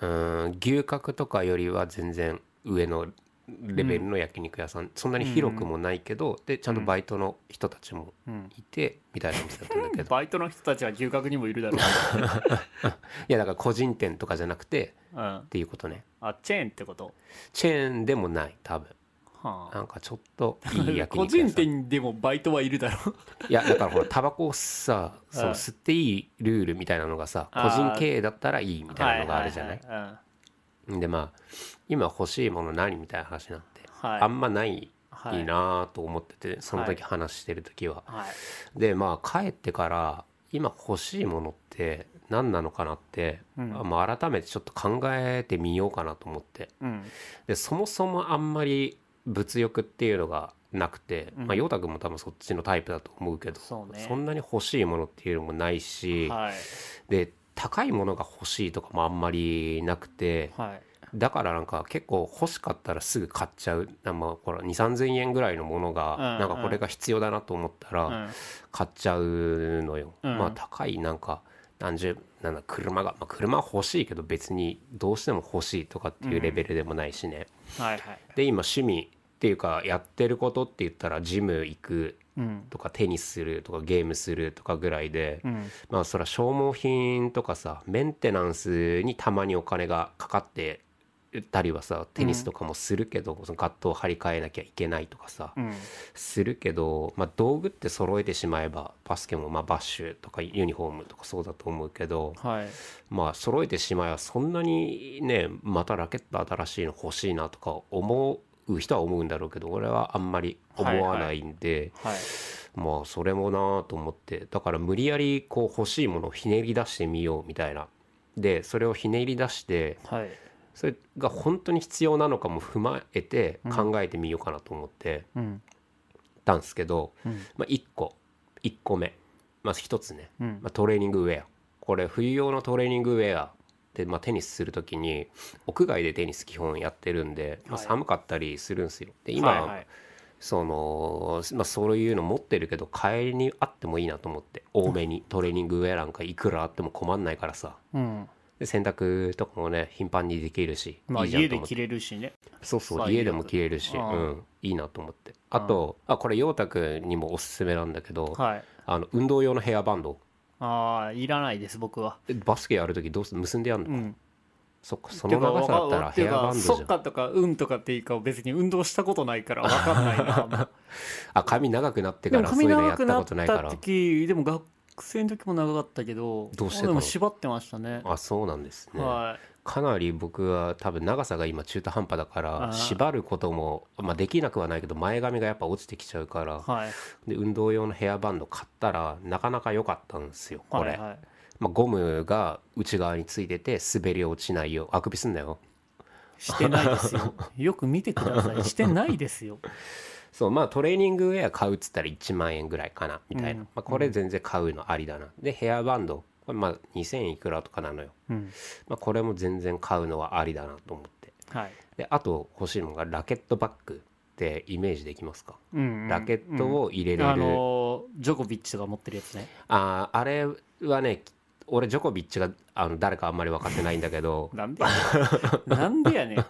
S2: うーん牛角とかよりは全然上のレベルの焼肉屋さん、そんなに広くもないけど、でちゃんとバイトの人たちも
S1: うん
S2: いて、みたいなお店だったんだけど
S1: バイトの人たちは牛角にもい
S2: *laughs*
S1: るだろ
S2: いやだから個人店とかじゃなくて
S1: う、うん
S2: っ、ていうことね
S1: あチェーンってこと
S2: チェーンでもない多分
S1: は
S2: なんかちょっとい
S1: あ
S2: い焼
S1: 個
S2: 肉屋
S1: 人
S2: さんい
S1: 店でもバイトはいるだろ
S2: やだからほらタバコをさその
S1: うん
S2: 吸っていいルールみたいなのがさ個
S1: あー
S2: 人経営だったらいいみたいなのがあるじゃない
S1: はは
S2: でまあ今欲しいもの何みたいな話になって、
S1: はい
S2: あんまない、、
S1: はいい
S2: いなと思っててその時話してる時は、
S1: いはいはい
S2: でまあ帰ってから今欲しいものって何なのかなって、
S1: うん
S2: あまあ、改めてちょっと考えてみようかなと思って
S1: うん
S2: でそもそもあんまり物欲っていうのがなくて、
S1: うん
S2: まあ陽太君も多分そっちのタイプだと思うけど
S1: そうね
S2: んなに欲しいものっていうのもないし、
S1: はい
S2: で高いものが欲しいとかもあんまりなくて、
S1: はい
S2: だからなんか結構欲しかったらすぐ買っちゃうなんかこれ2 3 0 0円ぐらいのものが
S1: う
S2: なんんかこれが必要だなと思ったら買っちゃうのよ、
S1: うん
S2: まあ高いなんか何十なんだ車が、まあ、車は欲しいけど別にどうしても欲しいとかっていうレベルでもないしね、
S1: はいはい
S2: で今趣味っていうかやってることって言ったらジム行く
S1: うん
S2: とかテニスするとかゲームするとかぐらいで、
S1: うん
S2: まあそれは消耗品とかさメンテナンスにたまにお金がかかってたりはさテニスとかもするけど、そのガットを張り替えなきゃいけないとかさ、
S1: うん
S2: するけど、まあ、道具って揃えてしまえばバスケもまあバッシュとかユニフォームとかそうだと思うけど、
S1: はい
S2: まあ揃えてしまえばそんなにねまたラケット新しいの欲しいなとか思う人は思うんだろうけど俺はあんまり思わないんで。
S1: はい
S2: まあそれもなあと思ってだから無理やりこう欲しいものをひねり出してみようみたいなでそれをひねり出して
S1: はい
S2: それが本当に必要なのかも踏まえて考えてみようかなと思って
S1: うん
S2: たんですけど、
S1: うん
S2: まあ、1個1個目まず1つね、
S1: うん
S2: まあ、トレーニングウェアこれ冬用のトレーニングウェアで、まあ、テニスする時に屋外でテニス基本やってるんで、まあ、
S1: はい
S2: 寒かったりするんですよで今、
S1: はいはい
S2: その、まあ、そういうの持ってるけど帰りにあってもいいなと思って多めにトレーニングウェアなんかいくらあっても困んないからさ
S1: うん
S2: で洗濯とかもね頻繁にできるし、
S1: まあ
S2: いいじゃん
S1: 家
S2: と
S1: で
S2: 思って
S1: 着れるしね
S2: そう
S1: 最
S2: そう
S1: 悪
S2: 家でも着れるし、う
S1: ああ
S2: ん、いいなと思ってあとあこれ陽太くんにもおすすめなんだけど
S1: はい
S2: あの運動用のヘアバンド
S1: ああいらないです僕は
S2: えバスケやるときどうす結んでやるの、
S1: うん
S2: そっかその長さだったらヘアバンドじゃ
S1: そっ
S2: ん
S1: かとかうんとかっていうか別に運動したことないから分かんない
S2: *laughs*
S1: な
S2: あ髪長くなって
S1: でも
S2: からそう
S1: 髪
S2: いうのや
S1: 長
S2: っ
S1: く
S2: た
S1: な
S2: こ
S1: っ
S2: とないか
S1: た
S2: ら
S1: 時でも学生の時も長かったけど
S2: どうしてたの
S1: でも縛ってましたね
S2: あそうなんですね、
S1: は
S2: かなり僕は多分長さが今中途半端だか
S1: あー
S2: ら縛ることも、まあ、できなくはないけど前髪がやっぱ落ちてきちゃうか
S1: い
S2: ら
S1: はい
S2: で運動用のヘアバンド買ったらなかなか良かったんですよこれ、
S1: はいはい
S2: まあ、ゴムが内側についてて滑り落ちないようあくびすんなよ
S1: してないです
S2: *laughs*
S1: よよく見てくださいしてないですよ
S2: そうまあトレーニングウェア買うっつったら1万円ぐらいかなみたいな、
S1: うん
S2: まあ、これ全然買うのありだなでヘアバンドこれまあ2000いくらとかなのよ、
S1: うん
S2: まあ、これも全然買うのはありだなと思って
S1: はい
S2: であと欲しいのがラケットバッグってイメージできますか
S1: うんうん
S2: ラケットを入れれる、
S1: あのージョコビッチとか持ってるやつね
S2: あーあれはね俺ジョコビッチがあの誰かあんまり分かって *laughs* ないんだ
S1: *laughs*
S2: けど
S1: なんでやねん *laughs* なんでやねん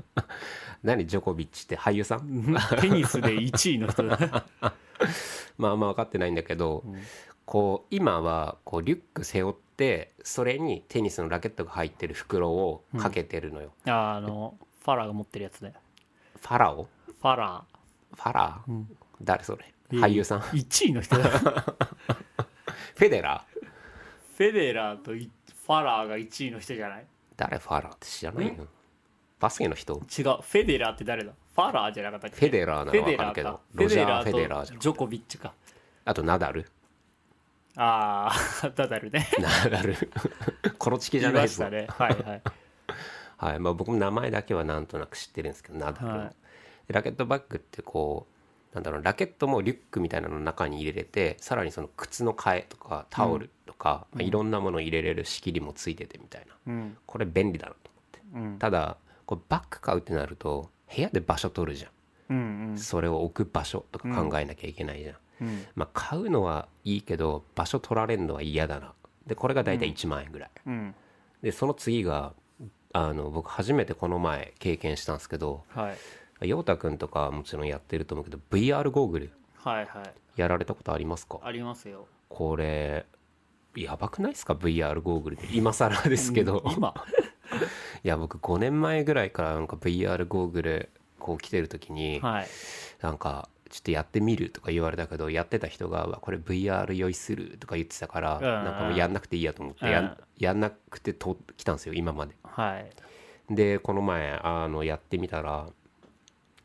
S2: 何ジョコビッチって俳優さん
S1: *laughs* テニスで1位の
S2: *laughs*
S1: 人だ
S2: まああんま分かってないんだけど、
S1: うん
S2: こう今はこうリュック背負ってそれにテニスのラケットが入ってる袋をかけてるのよ、
S1: あのファラーが持ってるやつね
S2: ファラオ
S1: ファラ
S2: ファラー、
S1: ん
S2: 誰それ
S1: ー
S2: *laughs* 俳優さんフ
S1: 1位の人だフ
S2: ェデラー
S1: フェデラーといファラーが1位の人じゃない
S2: 誰ファラーって知らないよバスケの人フ
S1: 違うフェデラーって誰だファラーじゃなかったっけ
S2: ェデラーな
S1: フ
S2: ら
S1: ェ
S2: わ
S1: デ
S2: かる
S1: ラ
S2: け
S1: ー
S2: ど
S1: か
S2: ロジャー・フェデラーじゃ
S1: と
S2: ん
S1: ジョコビッチか
S2: あとナダル
S1: ああだだるね
S2: ナダルコロチキじ
S1: 言
S2: ゃ
S1: い
S2: な
S1: ま
S2: いで
S1: し
S2: すも
S1: た
S2: ん
S1: ねはいはい
S2: はいまあ、僕も名前だけはなんとなく知ってるんですけどナダルの、
S1: はい
S2: でラケットバッグってこうなんだろうラケットもリュックみたいなのの中に入れれてさらにその靴の替えとかタオルとか、まあいろんなものを入れれる仕切りもついててみたいな
S1: うん
S2: これ便利だなと思って
S1: うん
S2: ただこうバッグ買うってなると部屋で場所取るじゃん、
S1: うん
S2: それを置く場所とか考えなきゃいけないじゃん、
S1: うんうん
S2: まあ、買うのはいいけど場所取られるのは嫌だなでこれが大体1万円ぐらい、
S1: うん
S2: でその次があの僕初めてこの前経験したんですけど
S1: はい
S2: 陽太くんとかもちろんやってると思うけど VR ゴーグル
S1: はいはい
S2: やられたことありますか
S1: ありますよ
S2: これやばくないですか VR ゴーグルって今更ですけど
S1: うん今
S2: いや僕5年前ぐらいからなんか VR ゴーグルこう来てる時に
S1: はい
S2: なんかちょっとやってみるとか言われたけどやってた人がうわ「これ VR 酔いする」とか言ってたから
S1: ん
S2: なんかもうやんなくていいやと思ってやんやんなくてと来たんですよ今まで。
S1: はい
S2: でこの前あのやってみたら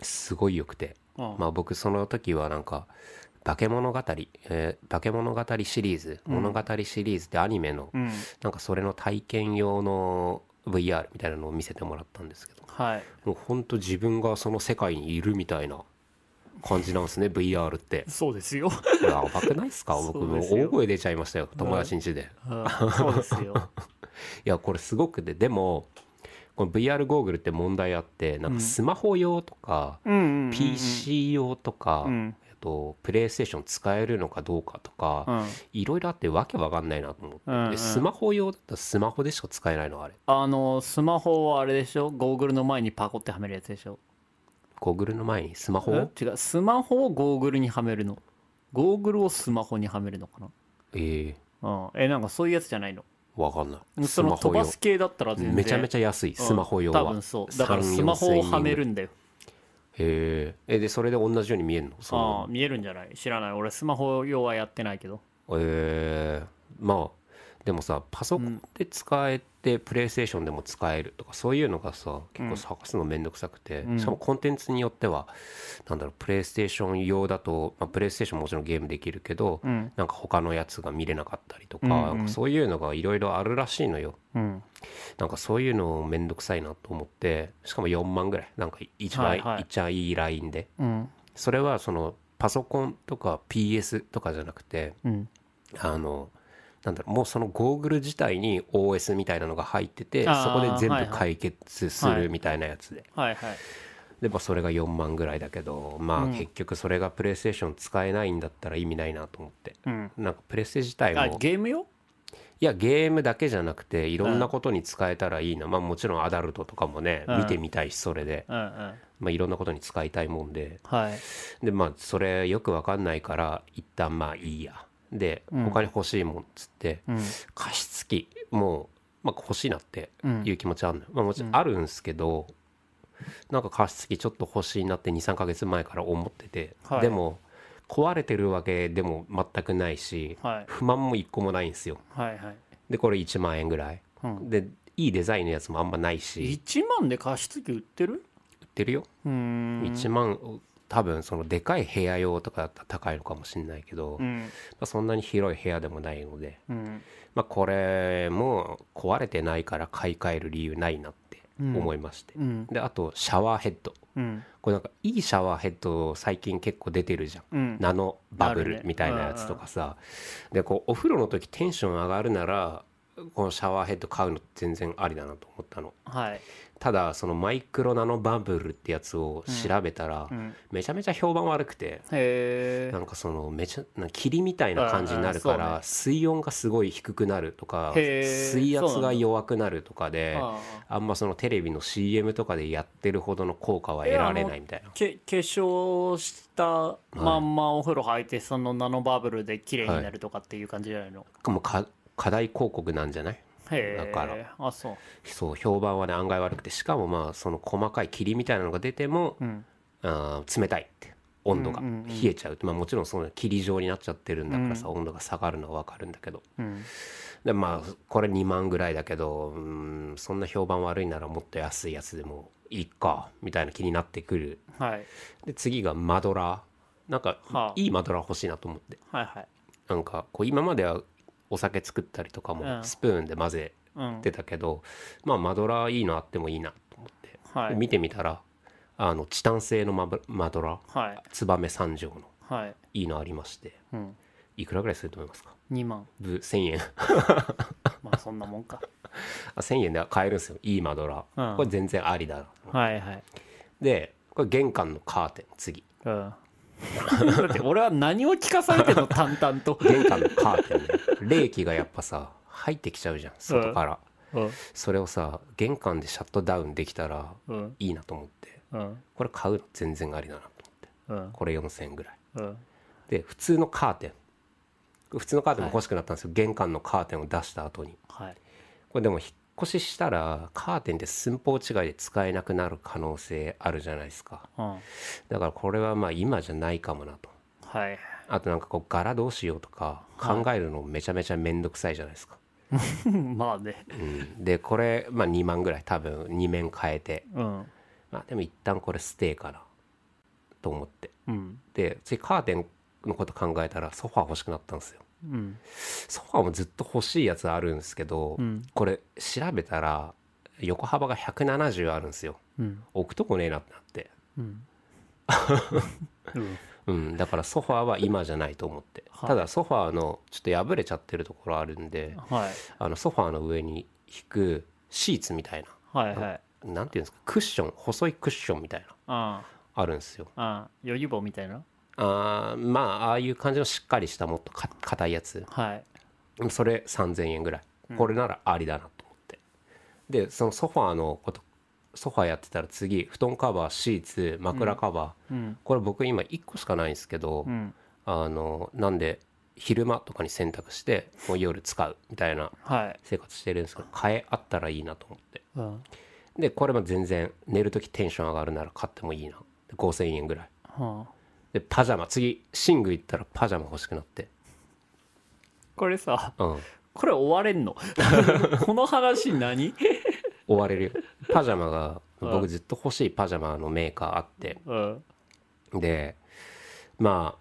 S2: すごい良くて、
S1: うん
S2: まあ、僕その時はなんか「化け物語」えー化け物語」シリーズ「物語」シリーズってアニメの、
S1: うん
S2: なんかそれの体験用の VR みたいなのを見せてもらったんですけど
S1: はい
S2: もうほんと自分がその世界にいるみたいな感じなんで
S1: *laughs*
S2: すね VR って
S1: そうですよ
S2: やばくないっすか僕
S1: そう
S2: もう
S1: ですよ
S2: 大声出ちゃいましたよ友達ん家で。
S1: うんそうですよ
S2: いやこれすごくてでもこの VR ゴーグルって問題あってなんかスマホ用とか、
S1: うんうんうん
S2: PC 用とか、
S1: うん
S2: えっと、プレイステーション使えるのかどうかとか、
S1: うん
S2: いろいろあってわけわかんないなと思って、
S1: うんう
S2: で
S1: ん
S2: スマホ用だったらスマホでしか使えないのあれ
S1: あのスマホはあれでしょゴーグルの前にパコってはめるやつでしょ
S2: ゴーグルの前にスマホ
S1: え
S2: を
S1: 違うスマホをゴーグルにはめるのゴーグルをスマホにはめるのかな
S2: ええ
S1: うんえなんかそういうやつじゃないの
S2: わかんないス
S1: そ
S2: マ
S1: の飛
S2: ホ用
S1: ばす系だったら全然
S2: めちゃめち
S1: ゃ
S2: ゃ安いスマホ用は、
S1: 多分そうだからスマホをはめるんだよ
S2: へええでそれで同じように見えるのそ
S1: あ
S2: の
S1: あ見えるんじゃない知らない俺スマホ用はやってないけど
S2: えー、まあでもさパソコンで使えて、プレイステーションでも使えるとかそういうのがさ結構探すのめんどくさくて、
S1: ん
S2: しかもコンテンツによってはなんだろうプレイステーション用だと、まあ、プレイステーションもちろんゲームできるけど、
S1: うん
S2: なんか他のやつが見れなかったりとか,、
S1: うんうん
S2: なんかそういうのがいろいろあるらしいのよ
S1: うん
S2: なんかそういうのめんどくさいなと思ってしかも4万ぐらいなんか一番,、
S1: はいはい
S2: 一番いいラインで
S1: うん
S2: それはそのパソコンとか PS とかじゃなくて
S1: うん
S2: あのなんだろうもうそのゴーグル自体に OS みたいなのが入ってて
S1: あー
S2: そこで全
S1: はい
S2: 部
S1: はい
S2: 解決す
S1: はい
S2: るみたいなやつで、
S1: はいはい
S2: で、まあ、それが4万ぐらいだけどまあ
S1: うん
S2: 結局それがプレイステーション使えないんだったら意味ないなと思って
S1: うん
S2: なんかプレステ自体
S1: あ
S2: も
S1: ゲーム用
S2: いやゲームだけじゃなくていろんなことに使えたらいいな、まあもちろんアダルトとかもね
S1: うん
S2: 見てみたいしそれで、
S1: うんうん
S2: まあ、いろんなことに使いたいもんで
S1: はい
S2: でまあそれよくわかんないから一旦まあいいやで
S1: うん
S2: 他に欲しいもんっつって、
S1: うん
S2: 加湿器もう、まあ、欲しいなって
S1: うん
S2: いう気持ちはあるのよ、まあ、もちろんあるんですけど、なんか加湿器ちょっと欲しいなって23ヶ月前から思ってて、
S1: はい
S2: でも壊れてるわけでも全くないし、
S1: はい
S2: 不満も一個もないんですよ
S1: はいはい
S2: でこれ1万円ぐらい、
S1: うん
S2: でいいデザインのやつもあんまないし
S1: 1万で加湿器売ってる
S2: 売ってるよ、
S1: うーん
S2: 1万多分そのでかい部屋用とかだったら高いのかもしれないけど、
S1: う
S2: ま
S1: ん
S2: あ、そんなに広い部屋でもないので
S1: うん
S2: まあ、これも壊れてないから買い替える理由ないなって思いまして、
S1: うん
S2: であとシャワーヘッド
S1: うん
S2: これなんかいいシャワーヘッド最近結構出てるじゃん、
S1: うん
S2: ナノバブ
S1: ある
S2: ル
S1: ね
S2: みたいなやつとかさ、でこうお風呂の時テンション上がるならこのシャワーヘッド買うの全然ありだなと思ったの
S1: はい
S2: ただそのマイクロナノバブルってやつを調べたら、
S1: うん
S2: めちゃめちゃ評判悪くて、
S1: へ
S2: なんかそのめちゃなんか霧みたいな感じになるか
S1: うんうんそう
S2: ら
S1: ね
S2: 水温がすごい低くなるとか
S1: へー
S2: 水圧が弱くなるとか
S1: え
S2: で
S1: あ
S2: あんまそのテレビの CM とかでやってるほどの効果は得られないみたいな
S1: あけ化粧したまんまお風呂入ってそのナノバブルで綺麗になるとかっていう感じじゃないの、
S2: もうか課題広告なんじゃない
S1: へえ
S2: だから
S1: あそう
S2: そう評判はね案外悪くてしかもまあその細かい霧みたいなのが出ても
S1: うん
S2: あー冷たいって温度が
S1: うんうんうん
S2: 冷えちゃうって、まあ、もちろんその霧状になっちゃってるんだからさ、温度が下がるのは分かるんだけど
S1: うん
S2: でまあこれ2万ぐらいだけどうんそんな評判悪いならもっと安いやつでもいいかみたいな気になってくる
S1: はい
S2: で次がマドラーなんか、
S1: はあ
S2: いいマドラー欲しいなと思って
S1: はいはい
S2: なんかこう今まではお酒作ったりとか
S1: う
S2: も
S1: ん
S2: スプーンで混ぜ
S1: うん
S2: てたけど、まあマドラーいいなってもいいなと思って、
S1: はい
S2: 見てみたらあのチタン製のマブマドラー
S1: はい
S2: 燕三条の
S1: はい
S2: いいのありまして
S1: うん
S2: いくらぐらいすると思いますか
S1: 2万
S2: ぶ1000円
S1: まあそんなもん
S2: *laughs*
S1: か
S2: あ1000円で買えるんですよいいマドラー、
S1: うん
S2: これ全然ありだな
S1: はいはい
S2: でこれ玄関のカーテン次
S1: うん *laughs* だって俺は何を聞かされてんの
S2: *laughs*
S1: 淡々と
S2: 玄関のカー
S1: *laughs*
S2: テンで冷気がやっぱさ入ってきちゃうじゃん外から、
S1: うん
S2: それをさ玄関でシャットダウンできたら
S1: うん
S2: いいなと思って
S1: うん
S2: これ買うの全然ありだなと思って
S1: うん
S2: これ4000円ぐらい
S1: うん
S2: で普通のカーテン普通のカーテンも欲しくなったんですよ、玄関のカーテンを出した後に
S1: はい
S2: これでも引っ越ししたらカーテンって寸法違いで使えなくなる可能性あるじゃないですか
S1: うんは
S2: だからこれはまあ今じゃないかもなと
S1: い *laughs*
S2: あとなんかこう柄どうしようとか考えるのめちゃめちゃ面倒くさいじゃないですか、
S1: まあね
S2: うんでこれまあ2万ぐらい多分2面変えて
S1: うん
S2: まあでも一旦これステイかなと思って
S1: うん
S2: で次カーテンのこと考えたらソファー欲しくなったんですよ
S1: うん
S2: ソファーもずっと欲しいやつあるんですけど、
S1: うん
S2: これ調べたら横幅が170あるんですよ
S1: うん
S2: 置くとこねえなってなって
S1: うんうん
S2: *laughs* うんだからソファーは今じゃないと思って
S1: はい
S2: ただソファーのちょっと破れちゃってるところあるんで
S1: はい
S2: あのソファーの上に引くシーツみたい
S1: はいはい
S2: ななんていうんですかクッション細いクッションみたいな
S1: あ
S2: あるんですよ
S1: あああ余裕棒みたいな
S2: あーまあああいう感じのしっかりしたもっとか硬いやつ
S1: はい
S2: それ3000円ぐらいこれならありだなと思って、でそのソファーのことソファーやってたら次布団カバーシーツ枕カバー、
S1: うん
S2: これ僕今1個しかないんですけど、
S1: うん
S2: あのなんで昼間とかに洗濯してもう夜使うみたいな
S1: はい
S2: 生活してるんですけど替えあったらいいなと思って
S1: うん
S2: でこれも全然寝る時テンション上がるなら買ってもいいなで5000円ぐらい
S1: はあ
S2: でパジャマ次寝具行ったらパジャマ欲しくなって
S1: これさ
S2: うん
S1: これ終われん *laughs* のこの話何
S2: 追わ
S1: *laughs*
S2: れるよパジャマが
S1: うん
S2: 僕ずっと欲しいパジャマのメーカーあって
S1: うん
S2: でまあ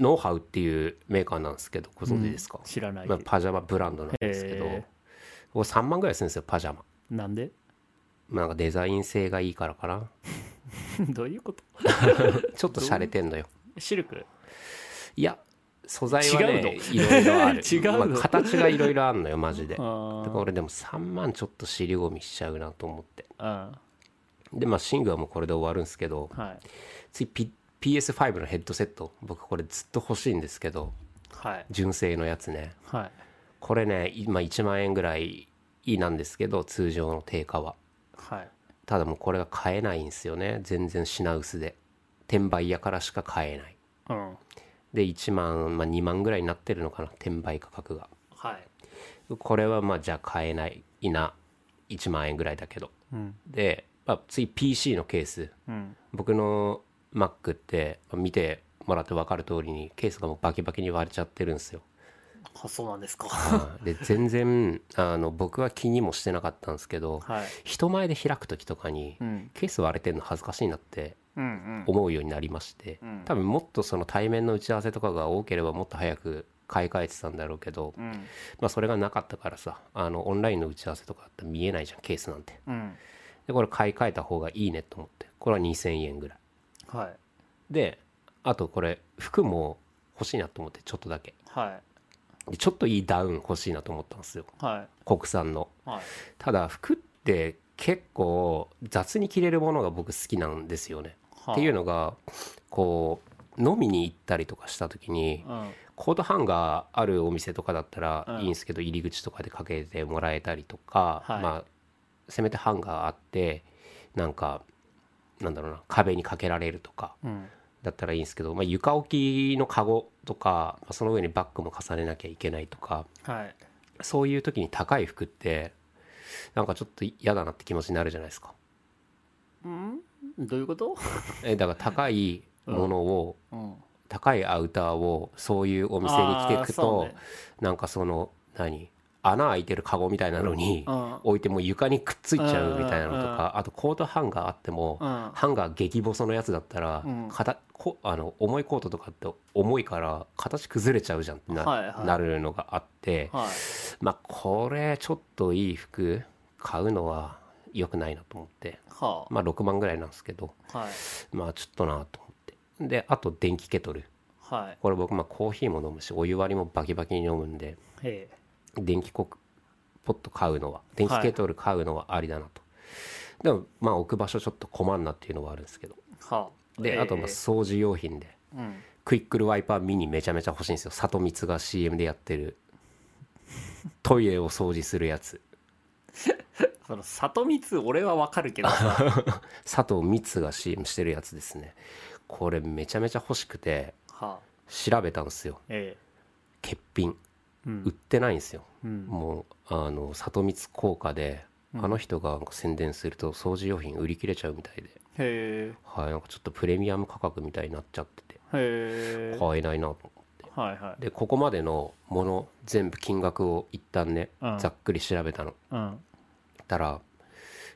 S2: ノウハウっていうメーカーなんですけどご存知ですか、
S1: 知らない
S2: まあ、パジャマブランドなんですけど
S1: へ
S2: これ3万ぐらいするんですよパジャマ
S1: なんで *laughs*
S2: まあなんかデザイン性がいいからかな
S1: どういうこと
S2: ちょっと洒落てんのよ
S1: シルク
S2: いや素材はねい
S1: 違うの
S2: ろいろある
S1: *laughs* 違うの
S2: まあ形がいろいろあるのよマジでだか
S1: あ
S2: ら俺でも3万ちょっと尻込みしちゃうなと思って
S1: あ
S2: でまあシングはもうこれで終わるんですけど
S1: はい
S2: 次、P、PS5 のヘッドセット僕これずっと欲しいんですけど
S1: はい
S2: 純正のやつね
S1: はい
S2: これね今1万円ぐらいなんですけど通常の定価は
S1: はい
S2: ただもうこれが買えないんですよね全然品薄で転売屋からしか買えない
S1: うん
S2: で1万、まあ、2万ぐらいになってるのかな転売価格が
S1: はい
S2: これはまあじゃあ買えないいな1万円ぐらいだけど
S1: うん
S2: で、まあ、次 PC のケース
S1: うん
S2: 僕の Mac ってまあ見てもらって分かる通りにケースがもうバキバキに割れちゃってるんで
S1: *laughs*
S2: すよ
S1: あそうなんですか
S2: はいで全然あの僕は気にもしてなかったんですけど
S1: はい
S2: 人前で開く時とかに
S1: うん
S2: ケース割れてるの恥ずかしいなって
S1: うんうん
S2: 思うようになりまして
S1: うん
S2: 多分もっとその対面の打ち合わせとかが多ければもっと早く買い替えてたんだろうけど、
S1: うん
S2: まあ、それがなかったからさあのオンラインの打ち合わせとかだったら見えないじゃんケースなんて
S1: うん
S2: でこれ買い替えた方がいいねと思ってこれは2000円ぐらい
S1: はい
S2: であとこれ服も欲しいなと思ってちょっとだけ
S1: はい
S2: でちょっといいダウン欲しいなと思ったんですよ
S1: はい
S2: 国産の
S1: はい
S2: ただ服って結構雑に着れるものが僕好きなんですよね
S1: は
S2: っていうのがこう飲みに行ったりとかした時に
S1: うん
S2: コートハンガーあるお店とかだった
S1: う
S2: ら
S1: ん
S2: いいんですけど入り口とかでかけてもらえたりとか、
S1: はい
S2: まあせめてハンガーあってなんかなんだろうな壁にかけられるとか
S1: うん
S2: だったらいいんですけど、まあ、床置きのカゴとか、まあその上にバッグも重ねなきゃいけないとか
S1: はい
S2: そういう時に高い服ってなんかちょっと嫌だなって気持ちになるじゃないですか。
S1: うんどういうこと
S2: えだから高いものを、
S1: うん
S2: 高いアウターをそういうお店に着てい
S1: あー
S2: くと、
S1: そうね
S2: なんかその何穴開いてるカゴみたいなのに
S1: うん
S2: 置いてもう床にくっついちゃうみたいなのと
S1: うんうんう
S2: かあとコートハンガーあっても
S1: うん
S2: ハンガー激細のやつだったら
S1: うん
S2: かたこあの重いコートとかって重いから形崩れちゃうじゃんってな,、
S1: はいはい
S2: なるのがあって
S1: はい
S2: まあこれちょっといい服買うのは良くないなと思って
S1: は
S2: まあ6万ぐらいなんですけど
S1: あはい
S2: まあちょっとなと思ってであと電気ケトル
S1: はい
S2: これ僕まあコーヒーも飲むしお湯割りもバキバキに飲むんで
S1: へえ
S2: 電気コックポット買うのは電気ケトル買うのはありだなと、でもまあ置く場所ちょっと困んなっていうのはあるんですけど
S1: はあ
S2: で、
S1: ええ
S2: あとまあ掃除用品で
S1: うん
S2: クイックルワイパーミニめちゃめちゃ欲しいんですよ里光が CM でやってるトイレを掃除するやつ
S1: その里光俺はわかるけどさ
S2: 佐藤光が CM してるやつですねこれめちゃめちゃ欲しくて
S1: はあ
S2: 調べたんですよ
S1: え
S2: 欠品
S1: えう
S2: 売
S1: ん
S2: ってないんですよ
S1: うん
S2: もうあの里光効果で、
S1: うん
S2: あの人がなんか宣伝すると掃除用品売り切れちゃうみたいで、
S1: へ
S2: はい、なんかちょっとプレミアム価格みたいになっちゃってて
S1: えへえ
S2: 買えないなと思って
S1: はいはい
S2: でここまでのもの全部金額を一旦ね、
S1: うん
S2: ざっくり調べたの
S1: うん
S2: たら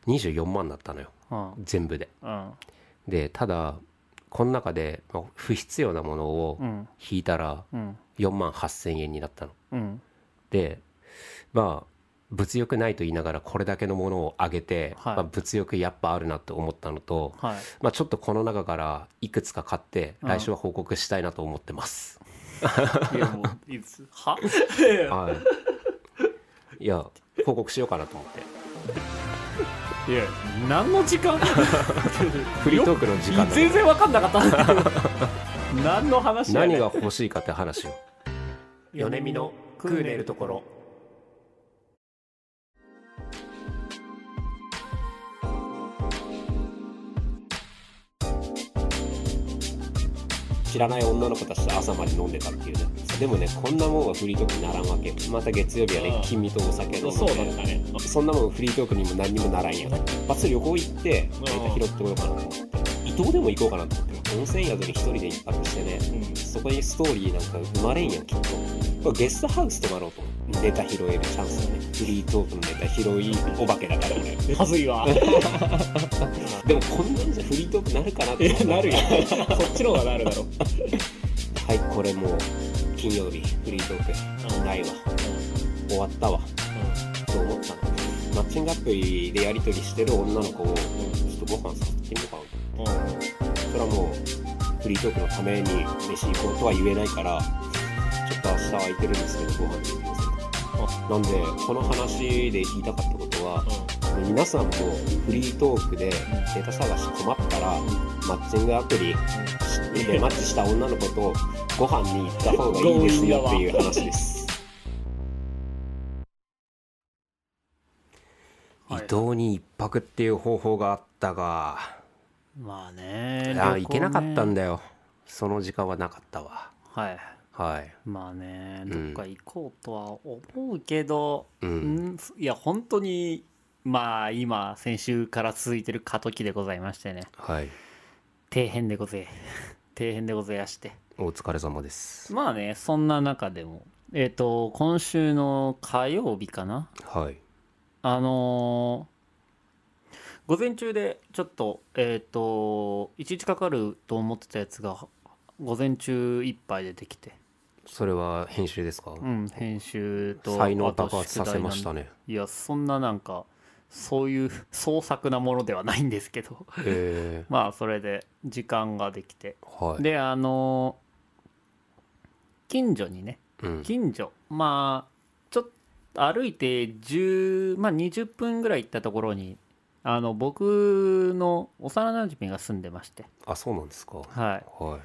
S2: 24万だったのよ
S1: うん
S2: 全部で
S1: うん
S2: でただこの中でまあ不必要なものを
S1: うん
S2: 引いたら
S1: うん
S2: 4万8000円になったの
S1: うん
S2: でまあ物欲ないと言いながらこれだけのものをあげて、
S1: はい
S2: まあ、物欲やっぱあるなと思ったのと、
S1: はい
S2: まあ、ちょっとこの中からいくつか買って
S1: うん
S2: 来週は報告したいなと思ってます、
S1: いやもういつは
S2: はいいや報告しようかなと思って
S1: いや何の時
S2: *laughs*
S1: 間
S2: フリートークの時間だ
S1: 全然わかんなかった何の話やね
S2: 何
S1: ん
S2: が欲しいかって話を米見のクーネルところ知らない女の子たちと朝まで飲んでたっていうねでもねこんなもんはフリートークにならんわけよまた月曜日は
S1: あ
S2: ね
S1: あ
S2: 君とお酒飲んで
S1: そうだったね
S2: そんなもんフリートークにも何にもならんやん一発旅行行って
S1: ああ
S2: 何か拾ってこようかなと思って伊東でも行こうかなと思って温泉宿に一人で一泊してねそこにストーリーなんか生まれんやんきっとこれゲストハウス泊まろうと思うネタ拾えるチャンスだねフリートークのネタ拾いお化けだから俺
S1: はずいわ
S2: でもこんなんじゃフリートークなるかなって思う
S1: そっちの方がなるだろ
S2: はいこれもう金曜日フリートークないわ終わったわと思ったのマッチングアプリでやり取りしてる女の子をちょっとご飯誘ってみようかなそれはもうフリートークのために飯行こうとは言えないからちょっと明日空いてるんですけどご飯に行きませんかなんでこの話で言いたかったことは皆さんもフリートークでデータ探し困ったらマッチングアプリでマッチした女の子とご飯に行った方がいいですよっていう話です
S1: はい
S2: に一泊っていう方法があったが
S1: まあね
S2: いや行けなかったん
S1: だ
S2: だよその時間はなかったわ
S1: はい
S2: はい
S1: まあね
S2: うん
S1: どっか行こうとは思うけど
S2: うん
S1: うんいや本当にまあ今先週から続いてる過渡期でございましてね
S2: はい
S1: 底辺でごぜえ底辺でございやして
S2: お疲れ様です
S1: まあねそんな中でもえっ、と今週の火曜日かな
S2: はい
S1: あのー午前中でちょっとえっ、と1日かかると思ってたやつが午前中いっぱい出てきて
S2: それは編集ですか、
S1: うん編集と
S2: 才能
S1: あと
S2: 爆発させました
S1: 宿題なん
S2: ね
S1: いやそんななんかそういう創作なものではないんですけど *laughs*
S2: え
S1: まあそれで時間ができて
S2: ー、はい
S1: であのー近所にね
S2: うん、
S1: 近所まあちょっと歩いて10、まあ、20分ぐらい行ったところにあの僕の幼なじみが住んでまして
S2: あそうなんですかは
S1: はい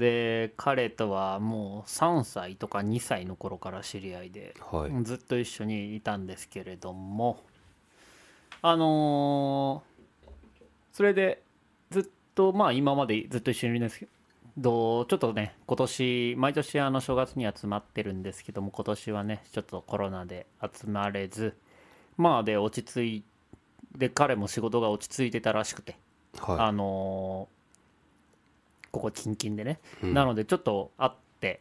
S1: いで彼とはもう3歳とか2歳の頃から知り合いで
S2: はい、
S1: ずっと一緒にいたんですけれどもあのーそれでずっとまあ今までずっと一緒にいるんですけどちょっとね今年毎年あの正月に集まってるんですけども今年はねちょっとコロナで集まれずまあで落ち着いて彼も仕事が落ち着いてたらしくて、
S2: は
S1: あのーここキンキンでね、
S2: うん
S1: なのでちょっと会って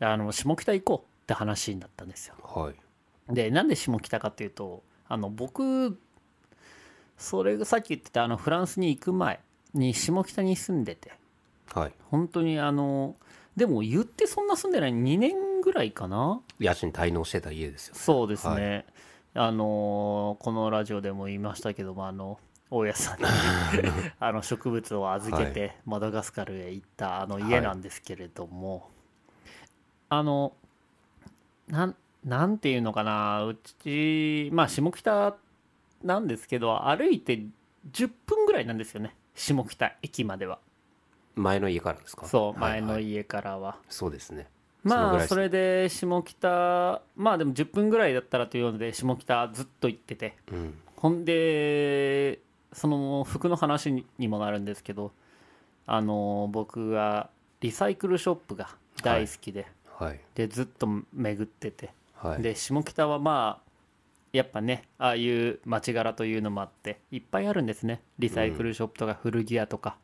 S1: あの下北行こうって話になったんですよ
S2: はい
S1: でなんで下北かっていうとあの僕それがさっき言ってたあのフランスに行く前に下北に住んでて
S2: はい
S1: 本当にあのでも言ってそんな住んでない2年ぐらいかな
S2: 家賃滞納してた家ですよ
S1: そうですね、あのーこのラジオでも言いましたけどもあの大家
S2: *laughs*
S1: さんにあの植物を預けてマダガスカルへ行ったあの家なんですけれども、あのなんなんていうのかなうちまあ下北なんですけど歩いて10分ぐらいなんですよね下北駅までは
S2: 前の家からですか
S1: そう前
S2: はい
S1: の
S2: はい
S1: 家からは。
S2: そうですねそのぐ
S1: ま
S2: ら
S1: あ
S2: いです
S1: それで下北まあでも10分ぐらいだったらというので下北ずっと行ってて
S2: うん
S1: ほんでその服の話にもなるんですけどあの僕がリサイクルショップが大好きで、
S2: はい
S1: でずっと巡ってて、
S2: はい
S1: で下北はまあやっぱねああいう町柄というのもあっていっぱいあるんですねリサイクルショップとか古着屋とか、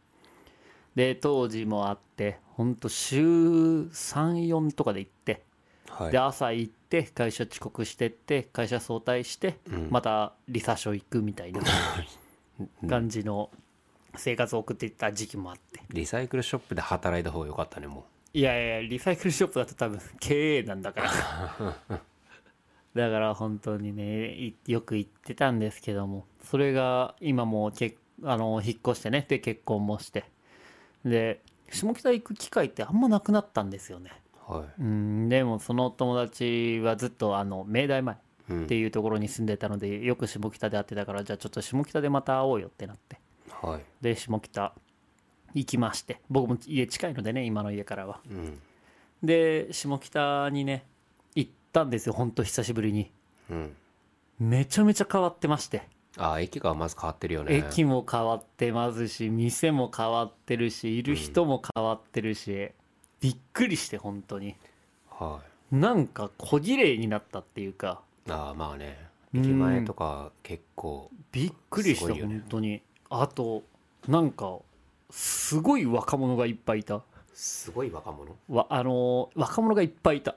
S1: で当時もあってほんと週34とかで行って、
S2: はい
S1: で朝行って会社遅刻してって会社早退して、
S2: うん
S1: またリサショ行くみたいな感じの生活を送っていた時期もあって
S2: リサイクルショップで働いた方が良かったねも
S1: いやいやリサイクルショップだと多分経営なんだから
S2: *laughs*
S1: だから本当にねいよく行ってたんですけどもそれが今もうけあの引っ越してねで結婚もしてで下北行く機会ってあんまなくなったんですよね
S2: うは
S1: うんでもその友達はずっとあの明大前
S2: い、うん
S1: っていうところに住んでたのでよく下北で会ってたからじゃあちょっと下北でまた会おうよってなって
S2: はい
S1: で下北行きまして僕も家近いのでね今の家からは
S2: うん
S1: で下北にね行ったんですよほんと久しぶりに
S2: うん
S1: めちゃめちゃ変わってまして、
S2: あー駅がまず変わってるよね
S1: 駅も変わってますし店も変わってるしいる人も変わってるし、びっくりして本当に
S2: は
S1: なんか小綺麗になったっていうか
S2: いああまあね
S1: うん
S2: 駅前とか結構
S1: びっくりし
S2: す
S1: た、
S2: ごいよね
S1: 本当にあとなんかすごい若者がいっぱいいた
S2: すごい若者
S1: わあのー若者がいっぱいいた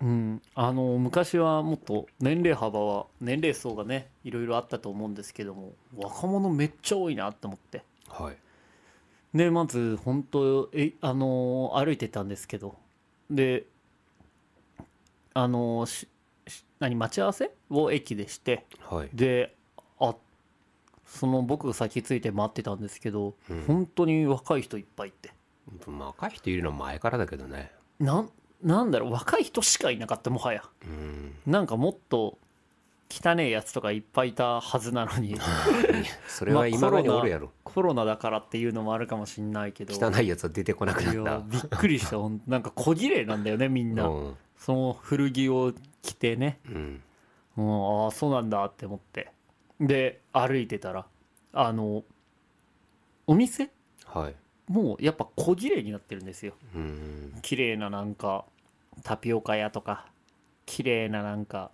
S2: うん
S1: うん、あの昔はもっと年齢幅は年齢層がねいろいろあったと思うんですけども若者めっちゃ多いなって思って
S2: はい
S1: でまず本当えあのー歩いてたんですけどであのーしし何待ち合わせを駅でして
S2: はい
S1: であその僕が先ついて待ってたんですけど、
S2: うん
S1: 本当に若い人いっぱいいて
S2: 若い人いるのは前からだけどね
S1: なんなんだろう若い人しかいなかったもはや
S2: うん
S1: なんかもっと汚えやつとかいっぱいいたはずなの
S2: *laughs*
S1: に
S2: それは今まで
S1: まあ
S2: おるやろ
S1: コロナだからっていうのもあるかもしんないけど
S2: 汚いやつは出てこなく
S1: い
S2: な
S1: や
S2: っ
S1: びっくりしたほんなんか小綺麗なんだよねみん
S2: た
S1: な、
S2: うん
S1: その古着を着てね
S2: うん
S1: うんああそうなんだって思ってで歩いてたらあのお店
S2: はい
S1: もうやっぱ小綺麗になってるんですよ
S2: うん
S1: 綺麗ななんかタピオカ屋とか綺麗ななんか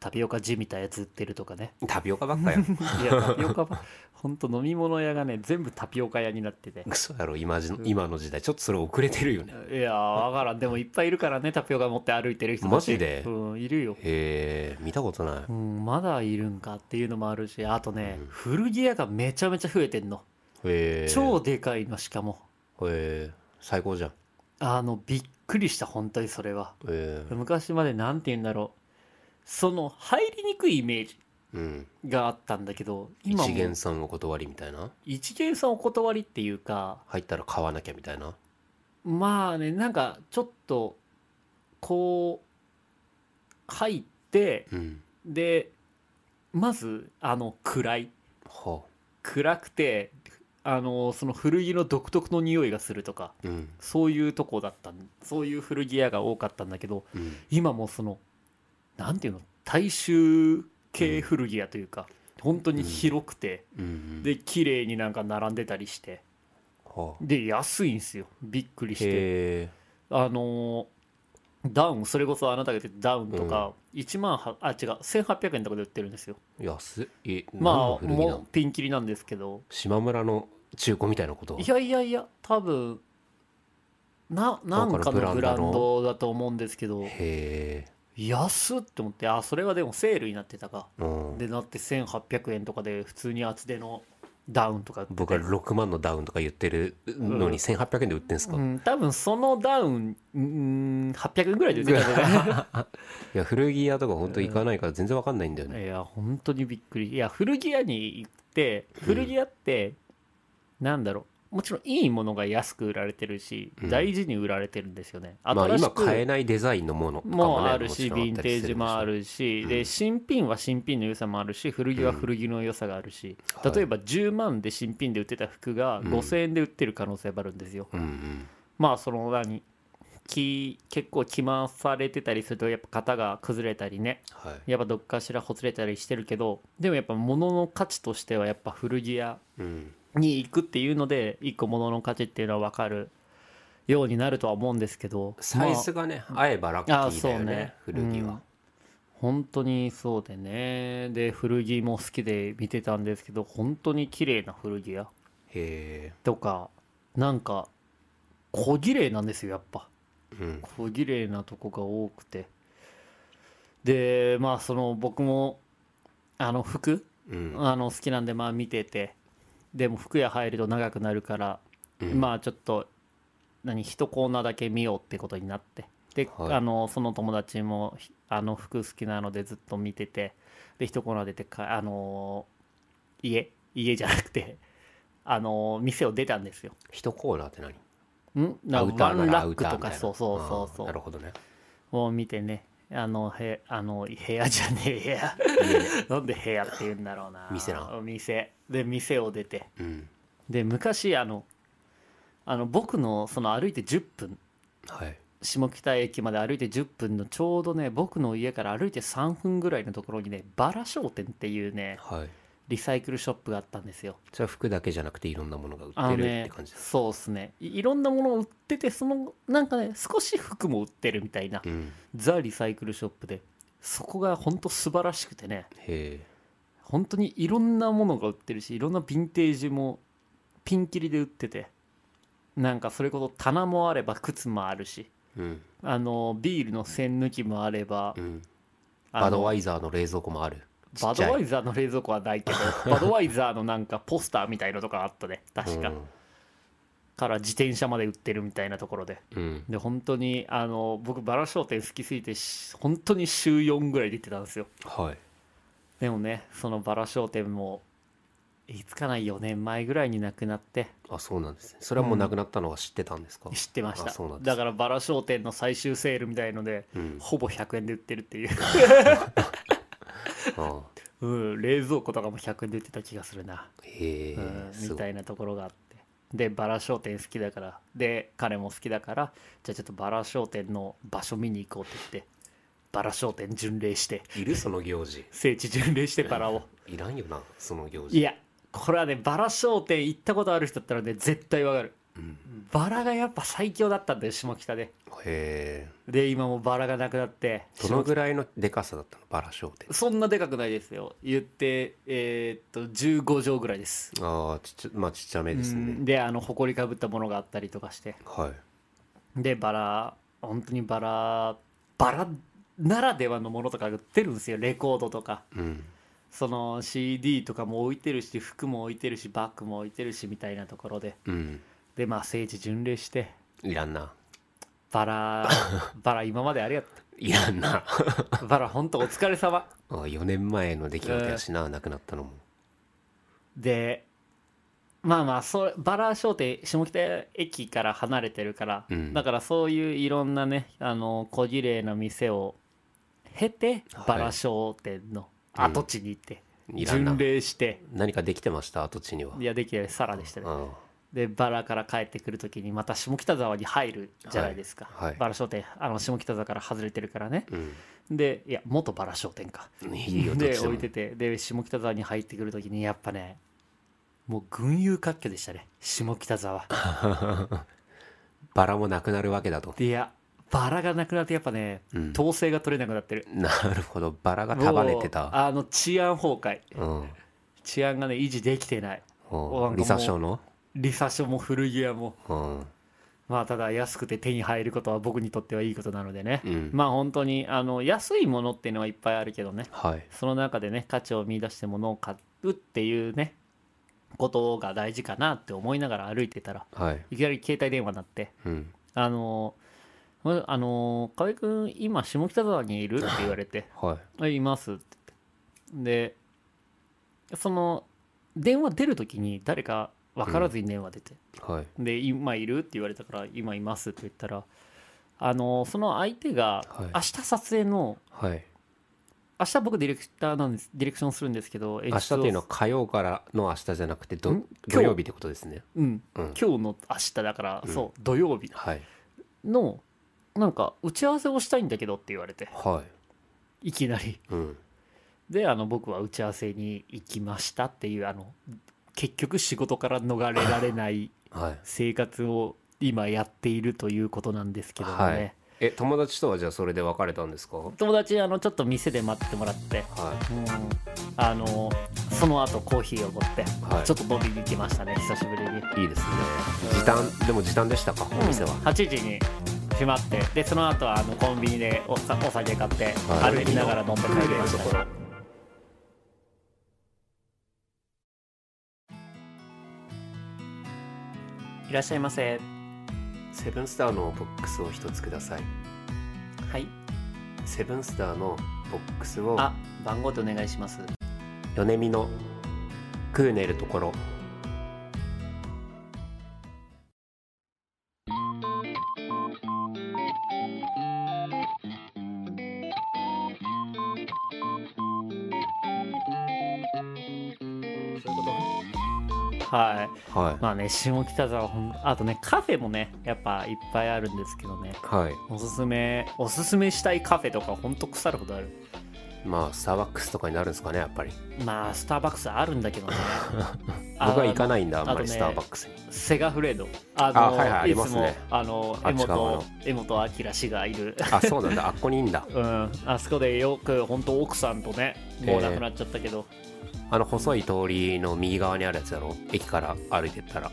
S1: タピオカ地みたいなやつ売ってるとかね
S2: タピオカば
S1: *laughs*
S2: っかや
S1: いやタピオカば *laughs* 本当飲み物屋がね全部タピオカ屋になってて
S2: クソやろ今じ今の時代ちょっとそれ遅れてるよね
S1: いやー分からんでもいっぱいいるからねタピオカ持って歩いてる人たち
S2: マジで
S1: うん、いるよ、
S2: へえ見たことな
S1: う
S2: い
S1: ん、まだいるんかっていうのもあるしあとね、古着屋がめちゃめちゃ増えてんの
S2: へえ
S1: 超でかいのしかも
S2: へえ最高じゃんへ
S1: あのびっくりした本当にそれは
S2: え
S1: 昔までなんて言うんだろうその入りにくいイメージ
S2: うん
S1: があったんだけど今も
S2: 一元さんお断りみたいな
S1: 一元さんお断りっていうか
S2: 入ったら買わなきゃみたいな
S1: まあねなんかちょっとこう入って
S2: うん
S1: でまずあの暗い
S2: は
S1: 暗くてあのその古着の独特の匂いがするとか
S2: あうん
S1: そういうとこだったんそういう古着屋が多かったんだけど
S2: うん
S1: 今もうそのなんていうの大衆系古着屋というか、本当に広くて、
S2: うん
S1: で綺麗になんか並んでたりして
S2: はあ
S1: で安いんですよびっくりして。
S2: へえ
S1: あのーダウンそれこそあなたが言ってたダウンとか、1万はあ違う1800円とかで売ってるんですよ
S2: 安いえ
S1: まあ
S2: 何の古着なの
S1: もうピンキリなんですけど
S2: 島村の中古みたいなこと
S1: いやいやいや多分ななんかの
S2: ブランドの
S1: ブランドだと思うんですけど
S2: へえ
S1: 安っって思ってあそれはでもセールになってたか
S2: うん
S1: でなって1800円とかで普通に厚手のダウンとか売ってて
S2: 僕は6万のダウンとか言ってるのに1800円で売ってんすか、
S1: う
S2: い
S1: ん、多分そのダウン、うん、800円ぐらいで売ってたんじゃない
S2: や古着屋とか本当行かないから全然わかんないんだよ
S1: *laughs*
S2: ね、
S1: いや本当にびっくりいや古着屋に行って古着屋って、なんだろうもちろんいいものが安く売られてるし、
S2: うん
S1: 大事に売られてるんですよね
S2: まあ
S1: 新し
S2: 今
S1: く
S2: 買えないデザインのものとかも,、ね、
S1: もあるし、ヴ
S2: もちろん
S1: ィン
S2: ったり
S1: テー
S2: す
S1: ジ
S2: でしょ
S1: もあるし、
S2: うん
S1: で新品は新品の良さもあるし古着は古着の良さがあるし、
S2: うん
S1: 例えば10万で新品で売ってた服が
S2: うん
S1: 5000円で売ってる可能性もあるんですよ、
S2: うんうん
S1: まあその何き結構着回されてたりするとやっぱ型が崩れたりね
S2: はい
S1: やっぱどっかしらほつれたりしてるけどでもやっぱ物の価値としてはやっぱ古着屋
S2: うん
S1: に行くっていうので一個物の価値っていうのは分かるようになるとは思うんですけど
S2: サイズがね、合えばラッキ
S1: まああ
S2: ーだ
S1: そう
S2: よね
S1: ね
S2: 古着
S1: う
S2: は
S1: ん、本当にそうでねで古着も好きで見てたんですけど本当に綺麗な古着屋
S2: へ
S1: とかなんか小綺麗なんですよやっぱ
S2: えうん
S1: 小綺麗なとこが多くてでまあその僕もあの服
S2: うん
S1: あの好きなんでまあ見ててでも服屋入ると長くなるから、
S2: うん
S1: まあちょっと何一コーナーだけ見ようってことになってで、
S2: はい
S1: あのその友達もひあの服好きなのでずっと見ててで一コーナー出てかあのー家家じゃなくて *laughs* あのー店を出たんですよ。
S2: 一コーナーって何
S1: ん
S2: ア
S1: なん
S2: ウ
S1: か
S2: タ
S1: ワ
S2: ーな
S1: ン
S2: らア
S1: ラ
S2: ウ
S1: ック
S2: ター
S1: と
S2: みたい
S1: か
S2: な
S1: そうそうそう
S2: あー
S1: そ
S2: なる
S1: う
S2: ほどね
S1: を見てねあのへあの部屋じゃねえ部屋 *laughs* なんで部屋って言うんだろうな
S2: 店な
S1: 店で店を出て
S2: うん
S1: で昔あのあの僕のその歩いて10分
S2: はい
S1: 下北駅まで歩いて10分のちょうどね僕の家から歩いて3分ぐらいのところにねバラ商店っていうね
S2: はい
S1: リサイクルショップがあったんですよ
S2: それは服だけじゃなくていろんなものが売
S1: あ
S2: っ
S1: の
S2: てるっ
S1: ね
S2: て感じです、
S1: そうっすねいいろんなものを売っててそのなんかね少し服も売ってるみたいな
S2: うん
S1: ザ・リサイクルショップでそこがほんと素晴らしくてね
S2: へ
S1: 本当にいろんなものが売ってるしいろんなヴィンテージもピンキリで売っててなんかそれこそ棚もあれば靴もあるし
S2: えうん
S1: あのビールの栓抜きもあれば
S2: うん
S1: あの
S2: バドワイザーの冷蔵庫もある
S1: バドワイザ
S2: ザ
S1: ーの冷蔵庫はないけ *laughs* どバドワイザーのなんかポスターみたいのとかあったね確か、から自転車まで売ってるみたいなところで
S2: うん、うん
S1: で本当にあの僕バラ商店好きすぎてし本当に週4ぐらい出てたんですよ
S2: はい
S1: でもねそのバラ商店もいつかない4年前ぐらいになくなって
S2: あそうなんですねそれはもうなくなったのは知ってたんですか、
S1: 知ってまし
S2: あ
S1: た
S2: そうなんです
S1: だからバラ商店の最終セールみたいので、
S2: うん
S1: ほぼ100円で売ってるっていう、 *laughs*
S2: あー
S1: うん、冷蔵庫とかも100円で売ってた気がするな、
S2: へえ、
S1: うん、
S2: す
S1: み
S2: ご
S1: た
S2: い
S1: いなところがあってでバラ商店好きだからで彼も好きだからじゃあちょっとバラ商店の場所見に行こうって言ってバラ商店巡礼して
S2: いるその行事
S1: 聖地巡礼してバラを
S2: いらんよなその行事
S1: いやこれはねバラ商店行ったことある人だったらね絶対わかる
S2: うん、
S1: バラがやっぱ最強だったんだよ下北で
S2: へえ
S1: で今もうバラがなくなって
S2: どのぐらいのでかさだったのバラ商店
S1: そんなでかくないですよ言ってえーっと15畳ぐらいです
S2: ああちっちゃまあちっちゃめです
S1: うん
S2: ね
S1: であの埃かぶったものがあったりとかして
S2: はい
S1: でバラ本当にバラバラならではのものとか売ってるんですよレコードとか
S2: うん
S1: その CD とかも置いてるし服も置いてるしバッグも置いてるしみたいなところで
S2: うん
S1: でまあ聖地巡礼して
S2: いらんな
S1: バ
S2: *laughs*
S1: ラバラ今までありがと
S2: いらんな
S1: うバラ本当お疲れ様
S2: あ4年前の出来事やしな、なくなったのも
S1: でまあまあそれバラ商店下北駅から離れてるから、
S2: うん
S1: だからそういういろんなねあの小綺麗な店を経て
S2: はい
S1: バラ商店の跡地に行って、
S2: いらんな
S1: 巡礼して
S2: 何かできてました跡地にはい
S1: やできてサラでしたね、
S2: あ
S1: でバラから帰ってくる時にまた下北沢に入るじゃないですか、
S2: はいはい
S1: バラ商店あの下北沢から外れてるからね
S2: あうん
S1: でいや元バラ商店か
S2: いいよどっ
S1: で
S2: ちで
S1: 置
S2: も
S1: いててで下北沢に入ってくるときにやっぱねもう群雄割拠でしたね下北沢
S2: バラもなくなるわけだと
S1: でいやバラがなくなってやっぱね、
S2: うん
S1: 統制が取れなくなってる
S2: なるほどバラが束ねて
S1: もう
S2: た
S1: あの治安崩壊
S2: うん
S1: 治安がね維持できてない
S2: お
S1: なんかもう
S2: リサショーの
S1: リサショも古着屋も
S2: うん
S1: まあただ安くて手に入ることは僕にとってはいいことなのでね、
S2: うん
S1: まあ本当にあの安いものっていうのはいっぱいあるけどね
S2: はい
S1: その中でね価値を見出してものを買うっていうねことが大事かなって思いながら歩いてたら
S2: はい
S1: いきなり携帯電話になって
S2: うん
S1: あのーあのー河合君今下北沢にいる?」って言われて *laughs*
S2: は
S1: 「
S2: い
S1: あいます」って言ってでその電話出る時に誰か分からずに電話出て、
S2: はい
S1: で「今いる?」って言われたから「今います」って言ったらあのーその相手が
S2: はい
S1: 明日撮影の
S2: はい
S1: 明日僕ディレクターなんですディレクションするんですけど演
S2: 明日って
S1: を
S2: いうのは火曜からの明日じゃなくてど
S1: ん
S2: 土曜日ってことですね
S1: うん、
S2: うん
S1: 今日の明日だから、
S2: うん
S1: そう土曜日
S2: はい
S1: のなんか打ち合わせをしたいんだけどって言われて
S2: はい
S1: いきなり
S2: うん
S1: であの僕は打ち合わせに行きましたっていうあの結局仕事から逃れられ
S2: *laughs*
S1: ない
S2: はい
S1: 生活を今やっているということなんですけどもね、
S2: はいえ友達とはじゃあそれで別れたんですかは
S1: 友達あのちょっと店で待ってもらって、
S2: い
S1: うん、あのその後コーヒーをおごって、
S2: はい
S1: ちょっと飲みに行きましたね久しぶりに
S2: いいですね時短でも時短でしたかお店は
S1: 8時に閉まってでその後はあのコンビニでおさお酒買って
S2: はい
S1: 歩きながら飲んで帰りましたね、いらっしゃいませ
S2: セブンスターのボックスを一つください
S1: はい
S2: セブンスターのボックスを
S1: あ番号でお願いします
S2: 米見のクーネルところ
S1: はい
S2: はい
S1: まあね下北沢ほんあとねカフェもねやっぱいっぱいあるんですけどね
S2: はい
S1: おすすめおすすめしたいカフェとかほんと腐るほどある
S2: まあスターバックスとかになるんですかねやっぱり
S1: まあスターバックスあるんだけどねあ
S2: *laughs* 僕は行かないんだあ
S1: あ
S2: ん
S1: の
S2: まり
S1: あと
S2: ス
S1: ね
S2: ターバックスに
S1: セガフレードあ
S2: あはいはいありますね
S1: いつもあの
S2: あ
S1: 江
S2: っち側の
S1: 本江本明氏がいる *laughs*
S2: あそうなん *laughs* だあっこにいいんだ
S1: うんあそこでよく本当奥さんとねもう亡くなっちゃったけど、
S2: あの細い通りの右側にあるやつだろ駅から歩いてったら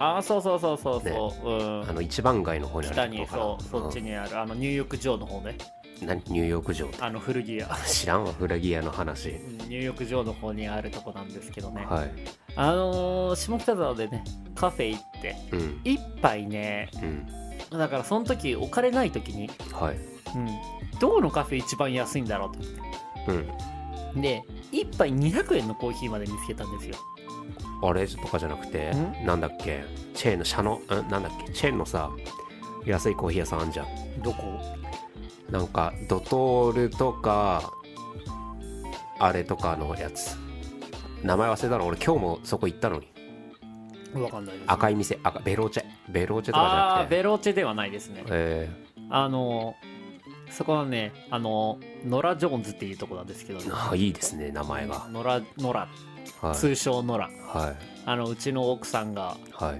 S1: ああそうそうそうそうそう、
S2: あの一番街の方
S1: うん
S2: にあ
S1: 北
S2: る
S1: に
S2: とこ
S1: そう
S2: か
S1: そっちにあるあのニューヨーク城の方ね
S2: うん何ニューヨーク城って
S1: あの古着屋
S2: *laughs* 知らんわフラギ屋の話
S1: うんニューヨーク城の方にあるとこなんですけどね、
S2: はい
S1: あのー下北沢でねカフェ行って
S2: うん
S1: 一杯ね
S2: うん
S1: だからその時お金ない時に、
S2: はい
S1: うん、どこのカフェ一番安いんだろうと思って
S2: うん
S1: で1杯200円のコーヒーまで見つけたんですよ
S2: オレンジとかじゃなくて
S1: ん
S2: なんだっけチェーンのシャノんなんだっけチェーンのさ安いコーヒー屋さんあんじゃん
S1: どこ
S2: なんかドトールとかあれとかのやつ名前忘れたの俺今日もそこ行ったのに
S1: わかんないです
S2: 赤い店赤ベローチェベローチェと
S1: あ
S2: か
S1: あー
S2: じゃなくて
S1: ベローチェではないですね
S2: え
S1: あのそこはねあのノラ・ジョーンズっていうとこなんですけどね
S2: ー、あいいですね名前が
S1: ノラノラ
S2: はい
S1: 通称ノラ
S2: はい
S1: あのうちの奥さんが
S2: は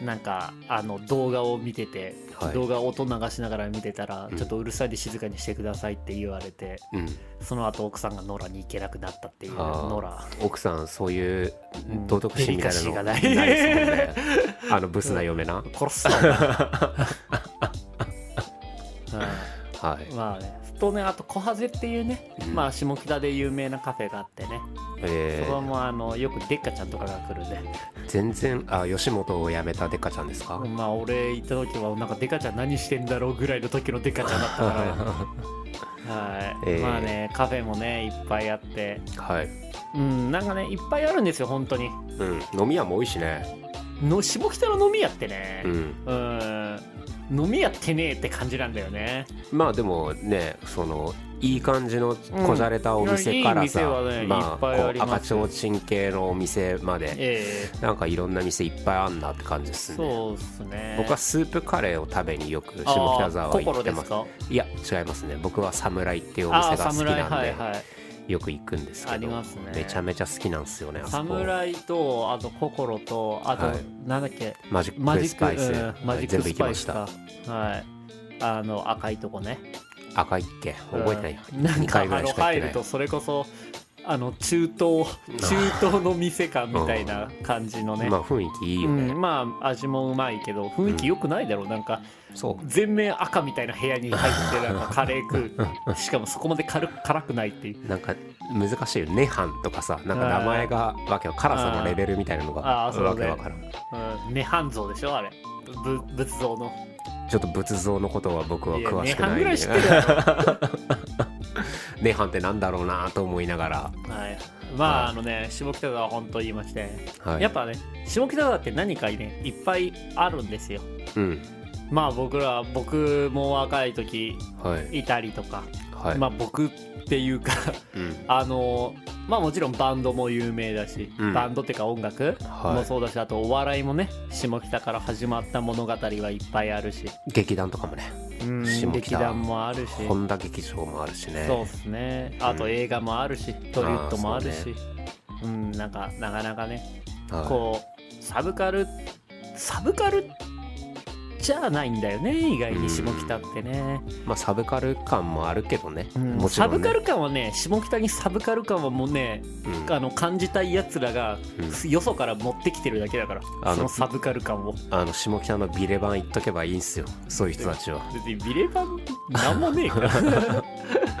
S2: い
S1: なんかあの動画を見てて、
S2: はい
S1: 動画を音流しながら見てたら、
S2: うん
S1: ちょっとうるさいで静かにしてくださいって言われて
S2: うん
S1: その後奥さんがノラに行けなくなったっていう
S2: あー
S1: ノラ
S2: 奥さんそういう
S1: うん
S2: 道徳心みたいなの
S1: デ
S2: ない
S1: リ
S2: で
S1: カシーが
S2: すも
S1: なんい
S2: ねあのブスな嫁な、
S1: 殺すわ、
S2: *laughs*
S1: *laughs* うん
S2: はい
S1: まあね、とねあと小ハゼっていうね、
S2: うん
S1: まあ下北で有名なカフェがあってね、
S2: え
S1: そこは
S2: ー、
S1: もうあのよくデッカちゃんとかが来るね、
S2: 全然あ吉本を辞めたデカちゃんですか、
S1: まあ俺行った時はなんかデカちゃん何してんだろうぐらいの時のデカちゃんだったか
S2: *laughs*
S1: らはい、
S2: えー
S1: まあねカフェもねいっぱいあって
S2: はい、
S1: うんなんかねいっぱいあるんですよ本当に
S2: うん、飲み屋も多いしね
S1: の下北の飲み屋ってね
S2: うん
S1: うん飲み屋ってねえって感じなんだよね
S2: まあでもねそのいい感じのこじゃれたお店からさ、
S1: いやいい店はねい
S2: まあ
S1: っぱいあり
S2: こう
S1: ます
S2: 赤ちょうちん系のお店まで
S1: ええ
S2: なんかいろんな店いっぱいあんなって感じですね
S1: そうっすね
S2: 僕はスープカレーを食べによく下北沢は行ってます
S1: あー心
S2: いや違いますね僕は侍っていうお
S1: あ
S2: 店
S1: ー
S2: が好き
S1: 侍
S2: なん
S1: は
S2: で
S1: いはい
S2: よく行くんですけ
S1: あり
S2: ど
S1: ますね
S2: めちゃめちゃ好きなんですよねあそこ
S1: 侍とあと心とあと、
S2: はい
S1: なんだっけ
S2: マジ
S1: マ
S2: ッ
S1: ジッ
S2: クス
S1: ク
S2: パイス、
S1: うんマジック
S2: 全部
S1: ス
S2: 行き
S1: パ
S2: ま
S1: イ
S2: し
S1: ス
S2: た
S1: かはいあの赤いとこね
S2: 赤いっけ覚えてない、
S1: うんなんかあ
S2: 2回ぐらい
S1: の
S2: しか行って
S1: 入
S2: ない
S1: るとそれこそあの中東中東の店感みたいな感じのね、
S2: まあ雰囲気いいよ
S1: う
S2: ね、
S1: ん、まあ味もうまいけど雰囲気良くないだろう、なんか
S2: そう
S1: 全面赤みたいな部屋に入ってなんかカレー食うしかもそこまで軽く辛くないっていう
S2: なんか難しいよね「ハン」とかさなんか名前がわけわ辛さのレベルみたいなの
S1: あ
S2: が
S1: ーあーそうだ
S2: わけ
S1: ね
S2: わからん
S1: うん涅槃像でしょあれぶ仏像の
S2: ちょっと仏像のことは僕はい
S1: や
S2: 詳
S1: 涅
S2: しくな
S1: 槃
S2: い
S1: ぐらい知ってるや
S2: *laughs*
S1: ろ
S2: ネハンってなんだろうなと思いながら
S1: はいまああのね下北沢は本当に言いまして、
S2: はい
S1: やっぱね下北沢って何かねいっぱいあるんですよ
S2: うん
S1: まあ僕ら僕も若い時
S2: はい
S1: いたりとか、
S2: はい、
S1: まあ僕っていうか
S2: うん
S1: あのまあもちろんバンドも有名だし、
S2: うん
S1: バンドっていうか音楽
S2: はい
S1: もそうだし、あとお笑いもね下北から始まった物語はいっぱいあるし、
S2: 劇団とかもね
S1: うん
S2: 下北
S1: 劇団もあるし
S2: 本田劇場もあるしね
S1: そうですねあと映画もあるし、トリウッドもある
S2: あーそう
S1: しうんなんかなかなかね
S2: はい
S1: こうサブカルサブカルじゃないんだよね意外に下北ってね,、
S2: まあサブカル感もあるけどね、
S1: うん
S2: もちろ
S1: サ
S2: ん、ね、
S1: ブカル感はね下北にサブカル感はもうね、
S2: うん
S1: あの感じたいやつらが、
S2: う
S1: よそから持ってきてるだけだから
S2: あの
S1: そのサブカル感を
S2: あの下北のビレ版行っとけばいいんすよそういう人たちは
S1: 別にビレバンなんもねえ
S2: *laughs*
S1: から本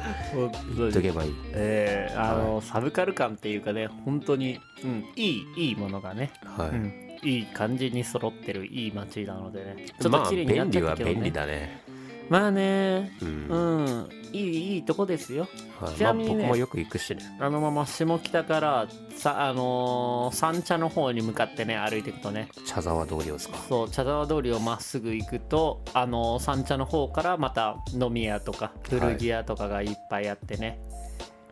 S1: 当
S2: 行っ
S1: に
S2: とけばいい
S1: えーあの、サブカル感っていうかね本当に、うん、いいいいものがね、
S2: はい、
S1: うん、いい感じに揃ってるいい街なのでねちょっ
S2: ま
S1: と
S2: あ
S1: 綺麗になっ
S2: 便
S1: ち
S2: 利
S1: ゃ
S2: は
S1: ったけどね、
S2: 便利だね
S1: まあね
S2: うん、
S1: う
S2: はい
S1: んいいいいとこですよち
S2: ま
S1: な
S2: あ
S1: み
S2: 僕
S1: にね
S2: もよく行くしね
S1: あのまま下北からさあのー三茶の方に向かってね歩いていくとね
S2: 茶沢通りですか
S1: そう茶沢通りをまっすぐ行くとあのー三茶の方からまた飲み屋とか古着屋とかがいっぱいあってね、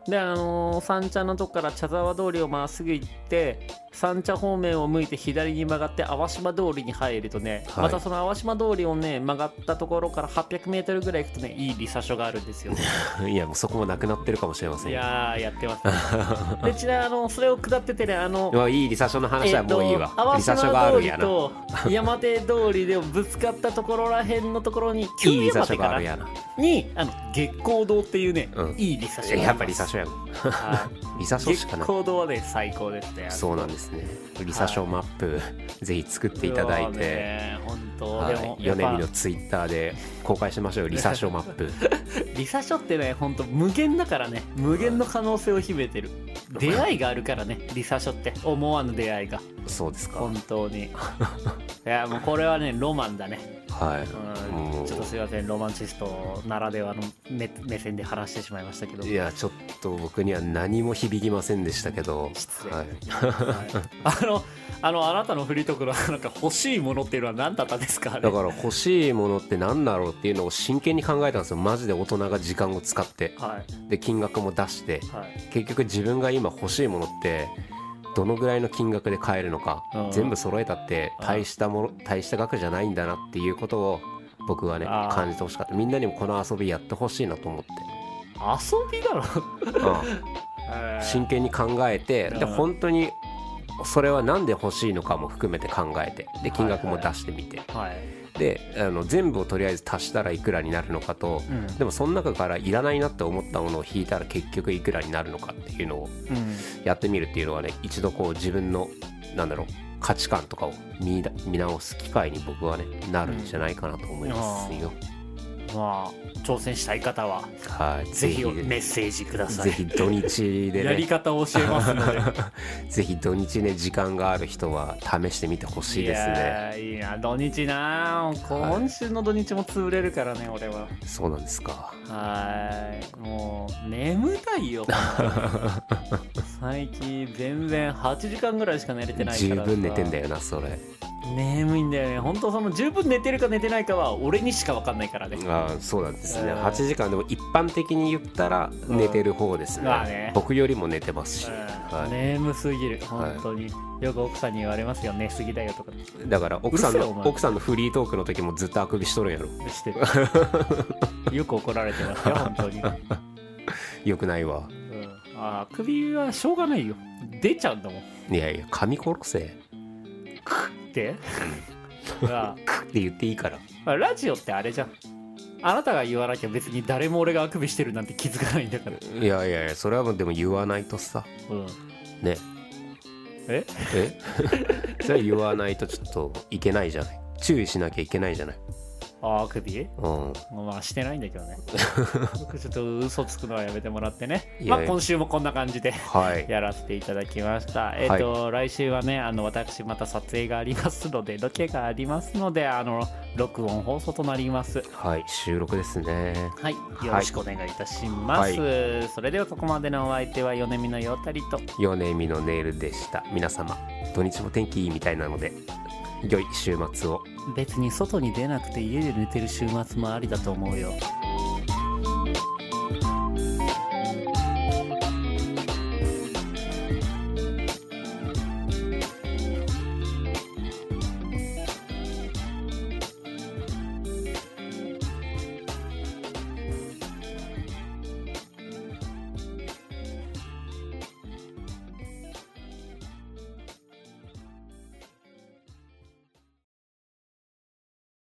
S1: であのー三茶のとこから茶沢通りをまっすぐ行って三茶方面を向いて左に曲がって淡島通りに入るとね、
S2: はい
S1: またその淡島通りをね曲がったところから 800m ぐらい行くとねいい利差所があるんですよ *laughs*
S2: いやもうそこもなくなってるかもしれません
S1: い
S2: よ
S1: やーやってます、ね、でちなみにあのそれを下っててねあの
S2: うわいいリサショの話はもういいわ、リサショがあるんやな
S1: と山手通りでぶつかったところらへんのところに旧
S2: いいリ
S1: 山
S2: サショ
S1: 手
S2: があ
S1: か
S2: る
S1: な
S2: やな
S1: にあの月光堂っていうね、
S2: うん
S1: いいリサショがあります
S2: やっぱリサショやもん
S1: はい
S2: リサショし
S1: 月
S2: かない
S1: 光堂はね最高ですね
S2: そうなんですねリサショマップぜひ作っていただいて
S1: 本当、
S2: はい
S1: でもや
S2: 米
S1: っ
S2: 見
S1: ぱ
S2: のツイッターで公開しましょうよリサショマッ
S1: *laughs*
S2: プ
S1: リサショってね本当無限だからね無限の可能性を秘めてる出会いがあるからねリサショって思わぬ出会いが
S2: そうですか
S1: 本当
S2: *laughs*
S1: にいやもうこれはねロマンだね
S2: はい、
S1: う
S2: も
S1: ん
S2: う
S1: ちょっとすいませんロマンチストならではの目目線で話してしまいましたけど
S2: いやちょっと僕には何も響きませんでしたけど
S1: 失礼
S2: はい、
S1: はい *laughs* あのあのあなたのフリートークのなんか欲しいものっていうのは何だったんですかあれ
S2: だから欲しいものって何だろうっていうのを真剣に考えたんですよマジで大人が時間を使って
S1: はい
S2: で金額も出して
S1: はい
S2: 結局自分が今欲しいものってどのぐらいの金額で買えるのか、
S1: うん
S2: 全部揃えたって
S1: うん
S2: 大したもの、大した額じゃないんだなっていうことを僕はね
S1: あー
S2: 感じてほしかったみんなにもこの遊びやってほしいなと思って、
S1: 遊びだろ
S2: うん真剣に考えてで
S1: うん
S2: 本当にそれは何で欲しいのかも含めて考えてで金額も出してみて、
S1: はい
S2: であの全部をとりあえず足したらいくらになるのかと、
S1: うん
S2: でもその中からいらないなって思ったものを引いたら結局いくらになるのかっていうのを
S1: うん
S2: やってみるっていうのはね一度こう自分のなんだろう価値観とかを見だ見直す機会に僕はねなるんじゃないかなと思いますよ、
S1: まあ挑戦したい方は
S2: はい
S1: ぜひメ
S2: ぜ
S1: ッセージくだ
S2: ひ
S1: さ
S2: ぜ
S1: い
S2: ひ土日で
S1: やり
S2: ね
S1: 方を教えます *laughs* ので
S2: ぜひ土日ね時間がある人は試してみてほしいですね
S1: やーいいな土日な今週の土日も潰れるからね俺は
S2: そうなんですか
S1: はいもう眠たい
S2: *laughs*
S1: よ最近全然8時間ぐらいしか寝れてないか
S2: 十
S1: らさ
S2: 分寝てんだよなそれ
S1: 眠いんだよね本当その十分寝てるか寝てないかは俺にしか分かんないからね
S2: あーそうなんですね
S1: うん
S2: 8時間でも一般的に言ったら寝てる方ですね,、
S1: まあね
S2: 僕よりも寝てますし、
S1: うん
S2: はい
S1: 眠すぎる本当に、よく奥さんに言われますよ寝すぎだよとか
S2: *laughs* だから奥さん
S1: うるせえよお
S2: の
S1: 前
S2: 奥さんのフリートークの時もずっとあくびしとるんやろ
S1: してるよく怒られてますよ本当に、うん、
S2: よくないわ
S1: あー首はしょうがないよ出ちゃうんだもん
S2: いやいや噛み殺せ
S1: ってあ *laughs*
S2: って言っていいから
S1: ーラジオってあれじゃんあなたが言わなきゃ別に誰も俺があくびしてるなんて気づかないんだから。
S2: いやいやいやそれはもうでも言わないとさ
S1: うん。
S2: ね
S1: え
S2: *laughs* えそれは言わないとちょっといけないじゃない注意しなきゃいけないじゃない
S1: あ、あくび
S2: うん
S1: まあしてないんだけどね。ちょっと嘘つくのはやめてもらってね。
S2: いや
S1: まあ今週もこんな感じで *laughs*
S2: はい
S1: やらせていただきました。えっ、と、来週はね、あの私また撮影がありますので、ロケがありますので、あの録音放送となります。
S2: はい収録ですね
S1: はい、よろしくお願いいたします。それではここまでのお相手は米見のようたりと。
S2: 米見のネイルでした皆様土日も天気いいみたいなので良い週末を
S1: 別に外に出なくて家で寝てる週末もありだと思うよ。